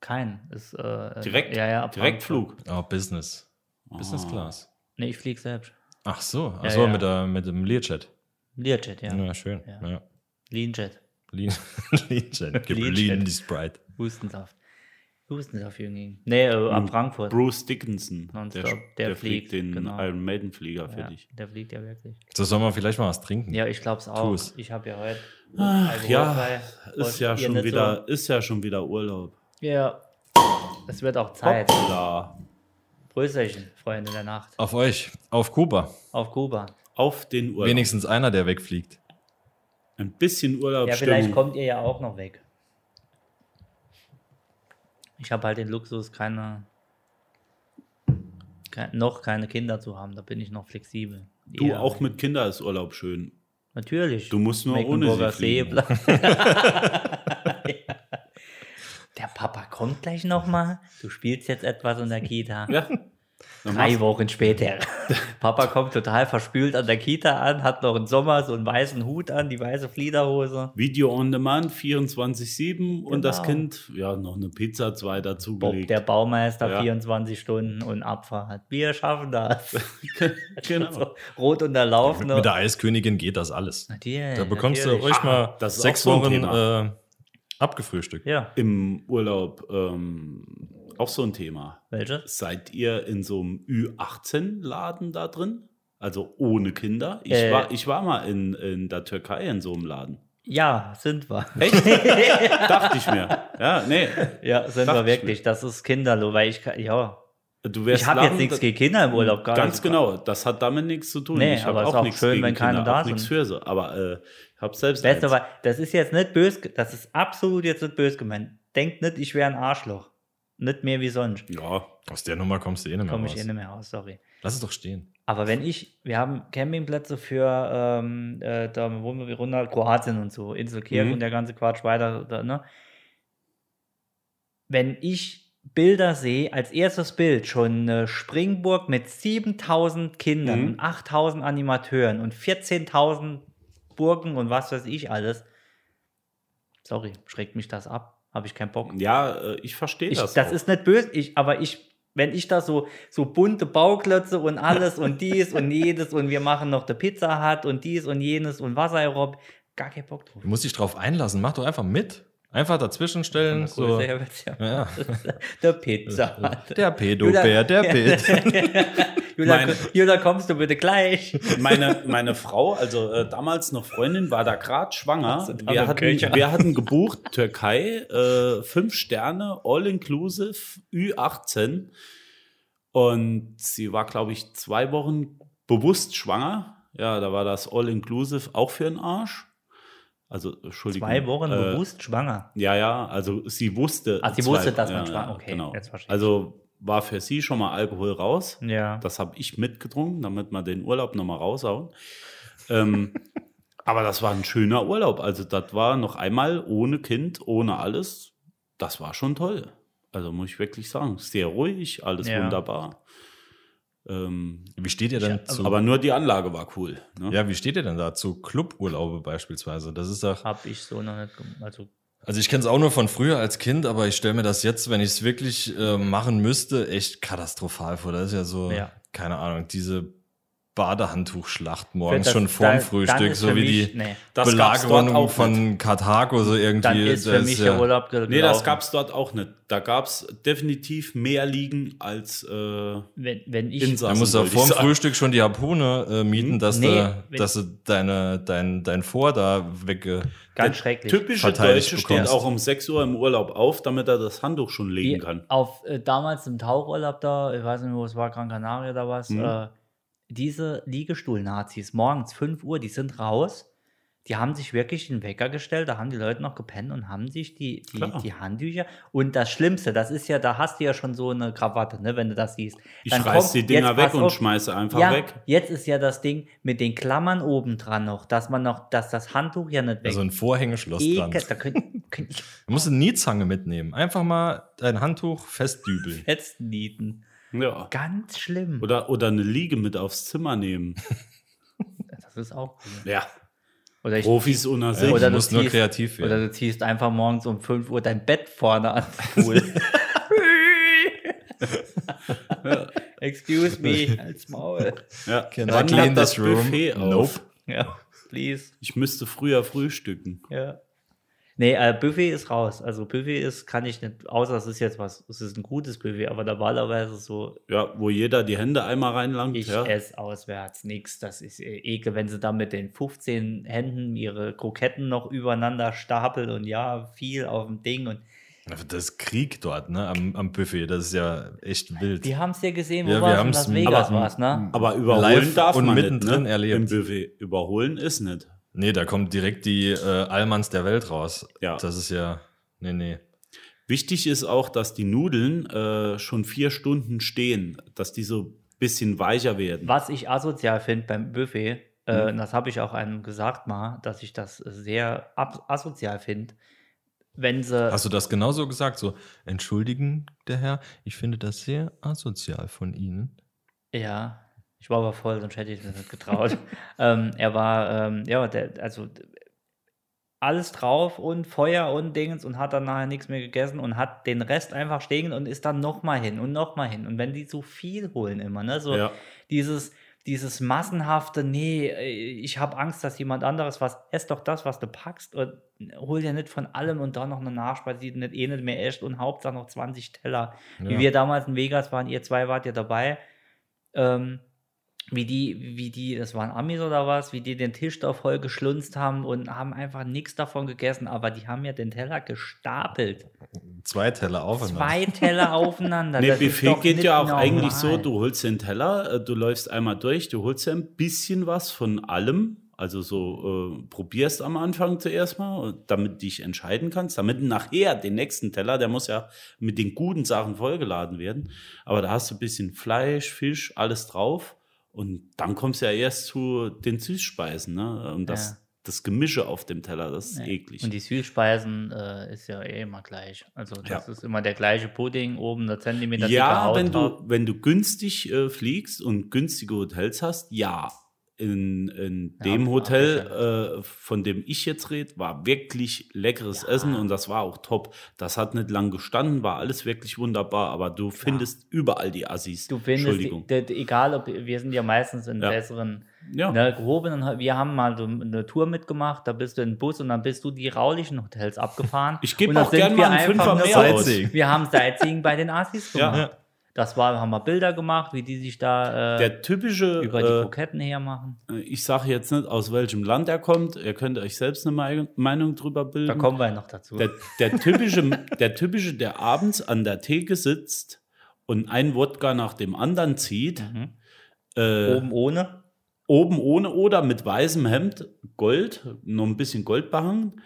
[SPEAKER 4] Kein. Ist, äh,
[SPEAKER 6] Direkt?
[SPEAKER 4] Ja, ja, ab
[SPEAKER 6] Direktflug.
[SPEAKER 5] Oh, Business. Business
[SPEAKER 6] Ah.
[SPEAKER 5] Class.
[SPEAKER 4] Frankfurt. Nee, ich fliege selbst.
[SPEAKER 5] Ach so, ach
[SPEAKER 4] Ja,
[SPEAKER 5] so
[SPEAKER 4] ja.
[SPEAKER 5] Mit, der, mit dem Learjet.
[SPEAKER 4] Learjet, ja.
[SPEAKER 5] Ja, schön.
[SPEAKER 4] Ja.
[SPEAKER 5] Ja.
[SPEAKER 4] Leanjet.
[SPEAKER 5] Lean, Leanjet. Gib
[SPEAKER 4] Leanjet.
[SPEAKER 5] Lean die Sprite.
[SPEAKER 4] Hustensaft. Hustensaft, Jüngling. Nee, äh, ab
[SPEAKER 6] Mhm.
[SPEAKER 4] Frankfurt.
[SPEAKER 6] Bruce Dickinson, der,
[SPEAKER 4] Nonstop,
[SPEAKER 6] der,
[SPEAKER 4] der fliegt,
[SPEAKER 6] fliegt den
[SPEAKER 4] genau.
[SPEAKER 6] Iron Maiden Flieger
[SPEAKER 4] ja,
[SPEAKER 6] fertig.
[SPEAKER 4] der fliegt ja wirklich.
[SPEAKER 5] So sollen wir vielleicht mal was trinken.
[SPEAKER 4] Ja, ich glaube es auch.
[SPEAKER 5] Tu's.
[SPEAKER 4] Ich habe ja heute.
[SPEAKER 6] Ja,
[SPEAKER 4] alkoholfrei.
[SPEAKER 6] ist
[SPEAKER 4] Wollt
[SPEAKER 6] ja
[SPEAKER 4] ihr
[SPEAKER 6] schon
[SPEAKER 4] nicht
[SPEAKER 6] wieder, ist ja schon wieder Urlaub.
[SPEAKER 4] So. Ja. Es wird auch Zeit.
[SPEAKER 6] Hoppla.
[SPEAKER 4] Prösterchen, Freunde der Nacht.
[SPEAKER 5] Auf euch, auf Kuba.
[SPEAKER 4] Auf Kuba.
[SPEAKER 6] Auf den Urlaub.
[SPEAKER 5] Wenigstens einer, der wegfliegt.
[SPEAKER 6] Ein bisschen Urlaub.
[SPEAKER 4] Ja, vielleicht kommt ihr ja auch noch weg. Ich habe halt den Luxus, keine, kei- noch keine Kinder zu haben. Da bin ich noch flexibel.
[SPEAKER 6] Du,
[SPEAKER 4] Ihr-
[SPEAKER 6] auch mit Kinder ist Urlaub schön.
[SPEAKER 4] Natürlich.
[SPEAKER 6] Du musst nur ohne sie
[SPEAKER 4] Mecklenburger See
[SPEAKER 6] fliegen.
[SPEAKER 4] bleiben. Der Papa kommt gleich nochmal. Du spielst jetzt etwas in der Kita.
[SPEAKER 6] Ja. Dann
[SPEAKER 4] Drei
[SPEAKER 6] machst-
[SPEAKER 4] Wochen später. Papa kommt total verspült an der Kita an, hat noch im Sommer so einen weißen Hut an, die weiße Fliederhose.
[SPEAKER 6] Video on demand, 24-7 und das
[SPEAKER 4] Genau.
[SPEAKER 6] Kind, ja, noch eine Pizza, zwei
[SPEAKER 4] Bob,
[SPEAKER 6] dazugelegt.
[SPEAKER 4] der Baumeister,
[SPEAKER 6] Ja.
[SPEAKER 4] 24 Stunden und Abfahrt. Wir schaffen das.
[SPEAKER 6] genau.
[SPEAKER 4] so, rot unterlaufen.
[SPEAKER 5] Mit der Eiskönigin geht das alles. Da bekommst du euch
[SPEAKER 4] Ah,
[SPEAKER 5] mal
[SPEAKER 6] das ist
[SPEAKER 5] sechs
[SPEAKER 6] auch so ein
[SPEAKER 5] Wochen
[SPEAKER 6] Thema.
[SPEAKER 5] äh, abgefrühstückt.
[SPEAKER 4] Ja,
[SPEAKER 6] Im Urlaub ähm, auch so ein Thema.
[SPEAKER 4] welches?
[SPEAKER 6] Seid ihr in so einem Ü18-Laden da drin? Also ohne Kinder? Ich,
[SPEAKER 4] Äh.
[SPEAKER 6] war, ich war mal in, in der Türkei in so einem Laden.
[SPEAKER 4] Ja, sind wir.
[SPEAKER 6] Echt? Dachte ich mir. Ja, nee.
[SPEAKER 4] Ja, sind
[SPEAKER 6] Dachte
[SPEAKER 4] wir
[SPEAKER 6] ich
[SPEAKER 4] wirklich. Das ist kinderlos, weil ich, kann- ja.
[SPEAKER 6] Du wärst
[SPEAKER 4] Ich habe jetzt
[SPEAKER 6] lachen,
[SPEAKER 4] nichts
[SPEAKER 6] da-
[SPEAKER 4] gegen Kinder im Urlaub, gar
[SPEAKER 6] Ganz
[SPEAKER 4] nicht.
[SPEAKER 6] genau, das hat damit nichts zu tun.
[SPEAKER 4] Nee,
[SPEAKER 6] ich habe
[SPEAKER 4] aber ist
[SPEAKER 6] auch,
[SPEAKER 4] auch
[SPEAKER 6] nichts
[SPEAKER 4] schön,
[SPEAKER 6] gegen
[SPEAKER 4] wenn keine
[SPEAKER 6] Kinder,
[SPEAKER 4] da
[SPEAKER 6] auch nichts
[SPEAKER 4] sind.
[SPEAKER 6] für sie. Aber äh, ich habe selbst
[SPEAKER 4] Weißt du,
[SPEAKER 6] eins.
[SPEAKER 4] weil das ist jetzt nicht böse, ge- das ist absolut jetzt nicht böse gemeint. Denkt nicht, ich wäre ein Arschloch. Nicht mehr wie sonst.
[SPEAKER 6] Ja,
[SPEAKER 5] Aus der Nummer kommst du eh nicht
[SPEAKER 6] Genau
[SPEAKER 5] mehr
[SPEAKER 4] Komme
[SPEAKER 5] raus.
[SPEAKER 4] ich eh nicht mehr raus, sorry.
[SPEAKER 5] Lass es doch stehen.
[SPEAKER 4] Aber wenn ich, wir haben Campingplätze für, ähm, äh, da wohnen wir runter, Kroatien und so, Inselkirchen
[SPEAKER 6] Mhm.
[SPEAKER 4] und der ganze Quatsch weiter, da, ne? Wenn ich Bilder sehe, als erstes Bild schon eine Springburg mit 7000 Kindern
[SPEAKER 6] Mhm.
[SPEAKER 4] und 8000 Animateuren und 14.000 Burgen und was weiß ich alles. Sorry, schreckt mich das ab. Habe ich keinen Bock.
[SPEAKER 6] Ja, äh, ich verstehe
[SPEAKER 4] Ich,
[SPEAKER 6] das.
[SPEAKER 4] das
[SPEAKER 6] auch.
[SPEAKER 4] ist nicht böse, ich, aber ich, wenn ich da so, so bunte Bauklötze und alles und dies und jedes und wir machen noch die Pizza Hut und dies und jenes und was Rob, gar keinen Bock drauf.
[SPEAKER 5] Du musst dich drauf einstellen. Mach doch einfach mit. Einfach dazwischen
[SPEAKER 4] Von der
[SPEAKER 5] stellen. So.
[SPEAKER 4] Größe her wird's ja-
[SPEAKER 5] Ja.
[SPEAKER 4] Der Pizza Hut.
[SPEAKER 5] Der Pedobär, der Ped.
[SPEAKER 4] Jula,
[SPEAKER 6] Meine-
[SPEAKER 4] Jula, kommst du bitte gleich?
[SPEAKER 6] meine, meine Frau, also äh, damals noch Freundin, war da gerade schwanger.
[SPEAKER 4] Hast du da
[SPEAKER 6] Wir
[SPEAKER 4] noch
[SPEAKER 6] hatten,
[SPEAKER 4] Köcher?
[SPEAKER 6] wir hatten gebucht, Türkei, äh, fünf Sterne, all-inclusive, Ü18. Und sie war, glaube ich, zwei Wochen bewusst schwanger. Ja, da war das All-Inclusive auch für den Arsch. Also, Entschuldigung.
[SPEAKER 4] Zwei Wochen
[SPEAKER 6] äh,
[SPEAKER 4] bewusst schwanger.
[SPEAKER 6] Ja, ja, also sie wusste.
[SPEAKER 4] Ach, sie
[SPEAKER 6] zwei-
[SPEAKER 4] wusste, dass man
[SPEAKER 6] ja,
[SPEAKER 4] schwanger-
[SPEAKER 6] ja,
[SPEAKER 4] okay,
[SPEAKER 6] genau.
[SPEAKER 4] jetzt verstehe ich.
[SPEAKER 6] Also war für sie schon mal Alkohol raus.
[SPEAKER 4] Ja.
[SPEAKER 6] Das habe ich mitgetrunken, damit wir den Urlaub nochmal raushauen. ähm, aber das war ein schöner Urlaub. Also, das war noch einmal ohne Kind, ohne alles. Das war schon toll. Also, muss ich wirklich sagen. Sehr ruhig, alles
[SPEAKER 4] Ja.
[SPEAKER 6] wunderbar. Ähm,
[SPEAKER 5] Wie steht ihr denn zu,
[SPEAKER 6] aber nur die Anlage war cool.
[SPEAKER 4] Hm?
[SPEAKER 6] Ne?
[SPEAKER 5] ja, wie steht ihr denn da zu Cluburlaube beispielsweise? Das ist doch,
[SPEAKER 4] Hab ich so noch nicht gemacht. Also,
[SPEAKER 5] also ich kenne es auch nur von früher als Kind, aber ich stelle mir das jetzt, wenn ich es wirklich äh, machen müsste, echt katastrophal vor. Das ist ja so,
[SPEAKER 4] Ja.
[SPEAKER 5] keine Ahnung, diese Badehandtuchschlacht morgens
[SPEAKER 4] das-
[SPEAKER 5] schon vorm
[SPEAKER 4] dann-
[SPEAKER 5] Frühstück,
[SPEAKER 4] dann ist
[SPEAKER 5] so
[SPEAKER 4] für
[SPEAKER 5] wie
[SPEAKER 4] mich-
[SPEAKER 5] die
[SPEAKER 4] nee.
[SPEAKER 6] Das gab's dort
[SPEAKER 5] Belagerung
[SPEAKER 6] auch
[SPEAKER 5] von Karthago, so irgendwie.
[SPEAKER 4] dann ist für
[SPEAKER 5] das
[SPEAKER 4] mich
[SPEAKER 5] ja-
[SPEAKER 4] der Urlaub gelaufen.
[SPEAKER 6] Nee, das gab es dort auch nicht. Da gab es definitiv mehr Liegen als äh,
[SPEAKER 4] Wenn, wenn ich. Hm?
[SPEAKER 6] Insassen.
[SPEAKER 5] Da musst du
[SPEAKER 6] wollte ich
[SPEAKER 5] vorm
[SPEAKER 6] sagen.
[SPEAKER 5] Frühstück schon die Harpune äh, mieten, dass,
[SPEAKER 4] Nee,
[SPEAKER 5] du,
[SPEAKER 4] wenn-
[SPEAKER 5] dass du deine, dein, dein Vor da wegge.
[SPEAKER 4] Ganz schrecklich.
[SPEAKER 6] Typische
[SPEAKER 5] Verteidigt
[SPEAKER 6] Deutsche steht
[SPEAKER 5] bekommst.
[SPEAKER 6] auch um 6 Uhr im Urlaub auf, damit er das Handtuch schon
[SPEAKER 4] Wie
[SPEAKER 6] legen kann.
[SPEAKER 4] Auf äh, damals im Tauchurlaub da, ich weiß nicht mehr, wo es war, Gran Canaria oder was,
[SPEAKER 6] Mhm.
[SPEAKER 4] äh, diese Liegestuhl-Nazis morgens 5 Uhr, die sind raus. Die haben sich wirklich den Wecker gestellt, da haben die Leute noch gepennt und haben sich die, die,
[SPEAKER 6] Klar.
[SPEAKER 4] die Handtücher. Und das Schlimmste, das ist ja, da hast du ja schon so eine Krawatte, ne, wenn du das siehst.
[SPEAKER 6] Ich
[SPEAKER 4] Dann
[SPEAKER 6] reiß
[SPEAKER 4] kommt-
[SPEAKER 6] die
[SPEAKER 4] jetzt
[SPEAKER 6] Dinger
[SPEAKER 4] pass
[SPEAKER 6] weg und
[SPEAKER 4] auf,
[SPEAKER 6] schmeiße einfach
[SPEAKER 4] ja,
[SPEAKER 6] weg.
[SPEAKER 4] Jetzt ist ja das Ding mit den Klammern oben dran noch, dass man noch, dass das Handtuch ja nicht weg
[SPEAKER 5] Also ein Vorhängeschloss
[SPEAKER 4] Ekel,
[SPEAKER 5] dran.
[SPEAKER 4] da könnt, könnt ich
[SPEAKER 5] Du musst eine Niezange mitnehmen. Einfach mal dein Handtuch festdübeln.
[SPEAKER 4] jetzt nieten.
[SPEAKER 6] Ja.
[SPEAKER 4] Ganz schlimm.
[SPEAKER 6] Oder, oder eine Liege mit aufs Zimmer nehmen.
[SPEAKER 4] Das ist auch.
[SPEAKER 6] ja,
[SPEAKER 4] Oder ich,
[SPEAKER 6] Profis unter sich.
[SPEAKER 5] Oder-
[SPEAKER 6] Oder
[SPEAKER 5] du musst nur kreativ werden.
[SPEAKER 4] Oder du ziehst einfach morgens um 5 Uhr dein Bett vorne an den Pool. Excuse me, als Maul.
[SPEAKER 6] ja.
[SPEAKER 5] Can I
[SPEAKER 6] Wann
[SPEAKER 5] clean
[SPEAKER 6] hat Genau. das
[SPEAKER 5] this room?
[SPEAKER 6] Buffet auf?
[SPEAKER 5] Nope.
[SPEAKER 4] Ja, please.
[SPEAKER 6] Ich müsste früher frühstücken.
[SPEAKER 4] Ja. Nee, äh, Buffet ist raus. Also Buffet ist, kann ich nicht, außer es ist jetzt was, es ist ein gutes Buffet, aber normalerweise so,
[SPEAKER 6] Ja, wo jeder die Hände einmal reinlangt.
[SPEAKER 4] ich
[SPEAKER 6] ja.
[SPEAKER 4] esse auswärts nichts. Das ist äh, ekel, wenn sie da mit den 15 Händen ihre Kroketten noch übereinander stapeln und ja, viel auf dem Ding und
[SPEAKER 5] Das ist Krieg dort, ne? Am, am Buffet. Das ist ja echt wild.
[SPEAKER 4] Die haben es ja gesehen, wo
[SPEAKER 5] Ja, wir
[SPEAKER 4] war es? In
[SPEAKER 5] haben's- Mhm.
[SPEAKER 4] Las Vegas
[SPEAKER 6] aber-
[SPEAKER 4] war es, ne?
[SPEAKER 6] Aber überholen
[SPEAKER 5] Live
[SPEAKER 6] darf
[SPEAKER 5] und
[SPEAKER 6] man nicht,
[SPEAKER 5] mittendrin
[SPEAKER 6] ne?
[SPEAKER 5] erlebt.
[SPEAKER 6] Im Buffet. Überholen ist nicht.
[SPEAKER 5] Nee, da kommt direkt die äh, Allmanns der Welt raus.
[SPEAKER 6] Ja.
[SPEAKER 5] Das ist ja. Nee, nee.
[SPEAKER 6] Wichtig ist auch, dass die Nudeln äh, schon vier Stunden stehen, dass die so ein bisschen weicher werden.
[SPEAKER 4] Was ich asozial finde beim Buffet, äh,
[SPEAKER 5] Mhm.
[SPEAKER 4] und das habe ich auch einem gesagt mal, dass ich das sehr ab- asozial finde, wenn sie.
[SPEAKER 5] Hast du das genauso gesagt? So, entschuldigen, der Herr, ich finde das sehr asozial von Ihnen.
[SPEAKER 4] Ja, ich war aber voll, sonst hätte ich das nicht getraut. ähm, er war, ähm, ja, der, also d- alles drauf und Feuer und Dingens und hat dann nachher nichts mehr gegessen und hat den Rest einfach stehen und ist dann nochmal hin und nochmal hin. Und wenn die zu viel holen immer, ne? So,
[SPEAKER 6] Ja.
[SPEAKER 4] dieses, dieses massenhafte, nee, äh, ich habe Angst, dass jemand anderes was, ess doch das, was du packst und hol dir nicht von allem und dann noch eine Nachspeise, die du nicht eh nicht mehr echt und Hauptsache noch 20 Teller. Wie
[SPEAKER 5] Ja.
[SPEAKER 4] wir damals in Vegas waren, ihr zwei wart ja dabei, ähm, wie die, wie die, das waren Amis oder was, wie die den Tisch da voll geschlunzt haben und haben einfach nichts davon gegessen, aber die haben ja den Teller gestapelt.
[SPEAKER 5] Zwei Teller aufeinander.
[SPEAKER 4] Zwei Teller aufeinander.
[SPEAKER 6] Nee,
[SPEAKER 4] das ist
[SPEAKER 6] Buffet
[SPEAKER 4] doch
[SPEAKER 6] geht
[SPEAKER 4] nicht
[SPEAKER 6] ja auch
[SPEAKER 4] normal.
[SPEAKER 6] eigentlich so, du holst den Teller, äh, du läufst einmal durch, du holst ja ein bisschen was von allem, also so äh, probierst am Anfang zuerst mal, äh, damit dich entscheiden kannst, damit nachher den nächsten Teller, der muss ja mit den guten Sachen vollgeladen werden, aber da hast du ein bisschen Fleisch, Fisch, alles drauf und dann kommst du ja erst zu den Süßspeisen, ne? Und das,
[SPEAKER 4] Ja.
[SPEAKER 6] das Gemische auf dem Teller, das ist
[SPEAKER 4] Ja.
[SPEAKER 6] eklig.
[SPEAKER 4] Und die Süßspeisen äh, ist ja eh immer gleich. Also das
[SPEAKER 6] Ja.
[SPEAKER 4] ist immer der gleiche Pudding, oben der Zentimeter dicke
[SPEAKER 6] Ja,
[SPEAKER 4] Haut
[SPEAKER 6] wenn
[SPEAKER 4] drauf.
[SPEAKER 6] du, wenn du günstig äh, fliegst und günstige Hotels hast, ja. In, in
[SPEAKER 4] Ja,
[SPEAKER 6] dem
[SPEAKER 4] hab ich
[SPEAKER 6] Hotel, äh, von dem ich jetzt rede, war wirklich leckeres Essen und das war auch top. Das hat nicht lang gestanden, war alles wirklich wunderbar, aber du findest überall die Assis.
[SPEAKER 4] Du findest, die,
[SPEAKER 6] Entschuldigung.
[SPEAKER 4] die, die, egal ob, wir sind ja meistens in
[SPEAKER 6] Ja.
[SPEAKER 4] besseren,
[SPEAKER 6] Ja.
[SPEAKER 4] ne, gehobenen, wir haben mal so eine Tour mitgemacht, da bist du in den Bus und dann bist du die raulichen Hotels abgefahren.
[SPEAKER 6] Ich geb
[SPEAKER 4] Und dann
[SPEAKER 6] auch
[SPEAKER 4] sind
[SPEAKER 6] gern
[SPEAKER 4] wir
[SPEAKER 6] mal einen
[SPEAKER 4] einfach nur
[SPEAKER 6] Fünfer mehr
[SPEAKER 4] so-
[SPEAKER 5] aus. Sightseeing.
[SPEAKER 4] Wir haben Sightseeing bei den Assis
[SPEAKER 6] Ja.
[SPEAKER 4] gemacht. Das war, haben wir Bilder gemacht, wie die sich da äh,
[SPEAKER 6] Der typische,
[SPEAKER 4] über die
[SPEAKER 6] äh,
[SPEAKER 4] Kroketten hermachen.
[SPEAKER 6] ich sage jetzt nicht, aus welchem Land er kommt, ihr könnt euch selbst eine Mei- Meinung drüber bilden.
[SPEAKER 4] Da kommen wir ja noch dazu.
[SPEAKER 6] äh, Der, der, typische, der typische, der abends an der Theke sitzt und ein Wodka nach dem anderen zieht,
[SPEAKER 4] Mhm.
[SPEAKER 6] äh,
[SPEAKER 4] Oben ohne.
[SPEAKER 6] Oben ohne oder mit weißem Hemd, Gold, nur ein bisschen Gold behangen.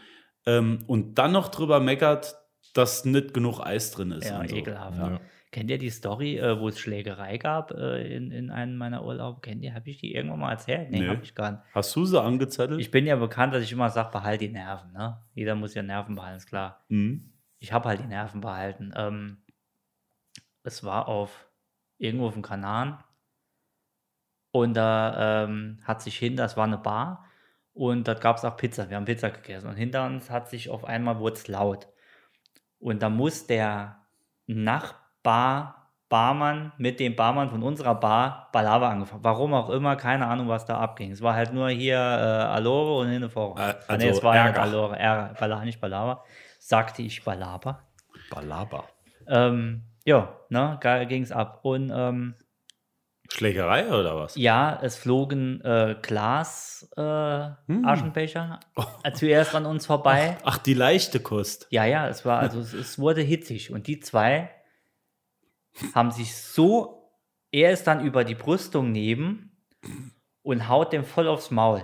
[SPEAKER 6] Ähm, und dann noch drüber meckert, dass nicht genug Eis drin ist. also,
[SPEAKER 4] Ja,
[SPEAKER 6] und so.
[SPEAKER 4] ekelhaft.
[SPEAKER 5] Ja.
[SPEAKER 4] Kennt ihr die Story, äh, wo es Schlägerei gab äh, in, in einem meiner Urlaube? Kennt ihr? Habe ich die irgendwann mal erzählt? Nee,
[SPEAKER 6] Nö.
[SPEAKER 4] habe ich gar nicht.
[SPEAKER 6] Hast du sie angezettelt?
[SPEAKER 4] Ich bin ja bekannt, dass ich immer sage, behalt die Nerven. Ne? Jeder muss ja Nerven behalten, ist klar.
[SPEAKER 6] Mhm.
[SPEAKER 4] ich habe halt die Nerven behalten. Ähm, es war auf irgendwo auf dem Kanal und da ähm, hat sich hinter, es war eine Bar und dort gab es auch Pizza. Wir haben Pizza gegessen und hinter uns hat sich auf einmal wurde es laut. Und da muss der Nachbar, Barmann mit dem Barmann von unserer Bar Balava angefangen. Warum auch immer, keine Ahnung, was da abging. Es war halt nur hier äh, Alore und hinten vor.
[SPEAKER 6] Äh,
[SPEAKER 4] Ah, nee,
[SPEAKER 6] also
[SPEAKER 4] es war ja nicht
[SPEAKER 6] Ärger.
[SPEAKER 4] Alore, Ärger, Balava, nicht Balava. Sagte ich Balava.
[SPEAKER 5] Balaba.
[SPEAKER 4] Ähm, ja, ne, geil ging's ab. Und ähm,
[SPEAKER 6] Schlägerei oder was?
[SPEAKER 4] ja, es flogen äh, Glas äh, Aschenbecher äh, zuerst an uns vorbei.
[SPEAKER 6] Ach, die leichte Kost.
[SPEAKER 4] Ja, ja, es war, also es, es wurde hitzig. Und die zwei haben sich so, er ist dann über die Brüstung neben und haut dem voll aufs Maul.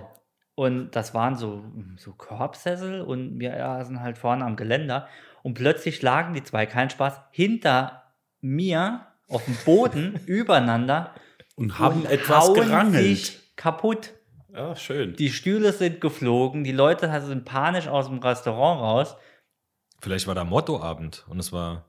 [SPEAKER 4] Und das waren so, so Korbsessel und wir saßen halt vorne am Geländer. Und plötzlich lagen die zwei, kein Spaß, hinter mir auf dem Boden übereinander
[SPEAKER 6] Und haben
[SPEAKER 4] und
[SPEAKER 6] etwas
[SPEAKER 4] hauen
[SPEAKER 6] gerangelt.
[SPEAKER 4] sich kaputt.
[SPEAKER 6] Ja, schön.
[SPEAKER 4] Die Stühle sind geflogen, die Leute sind panisch aus dem Restaurant raus.
[SPEAKER 5] Vielleicht war da Mottoabend und es war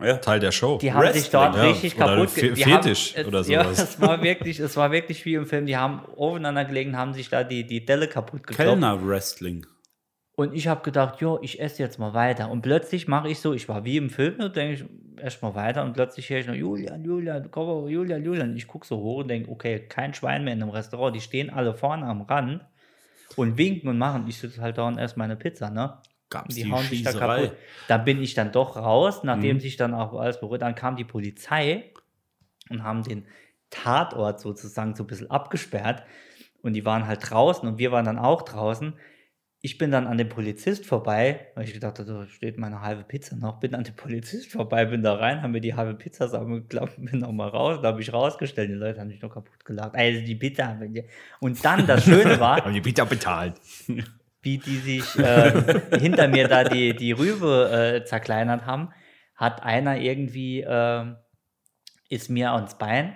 [SPEAKER 6] ja.
[SPEAKER 5] Teil der Show.
[SPEAKER 4] Die haben sich dort
[SPEAKER 5] ja,
[SPEAKER 4] richtig
[SPEAKER 5] oder
[SPEAKER 4] kaputt
[SPEAKER 5] Fe
[SPEAKER 4] ge- die
[SPEAKER 5] Fetisch
[SPEAKER 4] haben, es-
[SPEAKER 5] oder
[SPEAKER 4] Ja,
[SPEAKER 5] sowas.
[SPEAKER 4] es war wirklich, es war wirklich wie im Film. Die haben aufeinander gelegen, haben sich da die, die Delle kaputt geklopft.
[SPEAKER 6] Kellner-Wrestling.
[SPEAKER 4] Und ich habe gedacht, jo, ich esse jetzt mal weiter. Und plötzlich mache ich so, ich war wie im Film, und denke ich, erst mal weiter. Und plötzlich höre ich noch, Julian, Julian, komm, oh, Julian, Julian. Ich gucke so hoch und denke, okay, kein Schwein mehr in einem Restaurant. Die stehen alle vorne am Rand und winken und machen. Ich sitze halt da und esse meine Pizza, ne?
[SPEAKER 6] Gab's
[SPEAKER 4] die,
[SPEAKER 6] die
[SPEAKER 4] hauen sich da
[SPEAKER 6] Schießerei?
[SPEAKER 4] kaputt. Da bin ich dann doch raus, nachdem sich dann auch alles berührt. Dann kam die Polizei und haben den Tatort sozusagen so ein bisschen abgesperrt. Und die waren halt draußen und wir waren dann auch draußen. Ich bin dann an dem Polizist vorbei, weil ich gedacht hatte, da steht meine halbe Pizza noch. Bin an den Polizist vorbei, bin da rein, haben mir die halbe Pizza zusammengeklappt, bin nochmal raus. Da habe ich rausgestellt, die Leute haben mich noch kaputt gelacht. Also die Pizza. haben wir- Und dann, das Schöne war,
[SPEAKER 5] Haben die Pizza bezahlt.
[SPEAKER 4] wie die sich äh, hinter mir da die, die Rübe äh, zerkleinert haben, hat einer irgendwie, äh, ist mir ans Bein.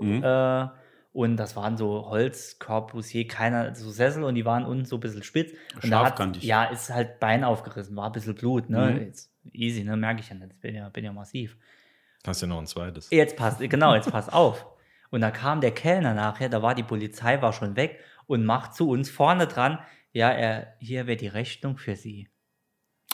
[SPEAKER 6] Mhm.
[SPEAKER 4] Äh, und das waren so Holzkorpus, je keiner, so Sessel und die waren unten so ein bisschen spitz. Und da hat,
[SPEAKER 6] Scharfkantig.
[SPEAKER 4] ja, ist halt Bein aufgerissen, war ein bisschen Blut, ne?
[SPEAKER 6] Mhm.
[SPEAKER 4] Jetzt, easy, ne? Merke ich ja nicht, bin ja, bin ja massiv.
[SPEAKER 5] Hast ja noch ein zweites.
[SPEAKER 4] Jetzt passt, genau, jetzt pass auf. Und da kam der Kellner nachher, da war die Polizei, war schon weg und macht zu uns vorne dran, ja, er, hier wäre die Rechnung für Sie.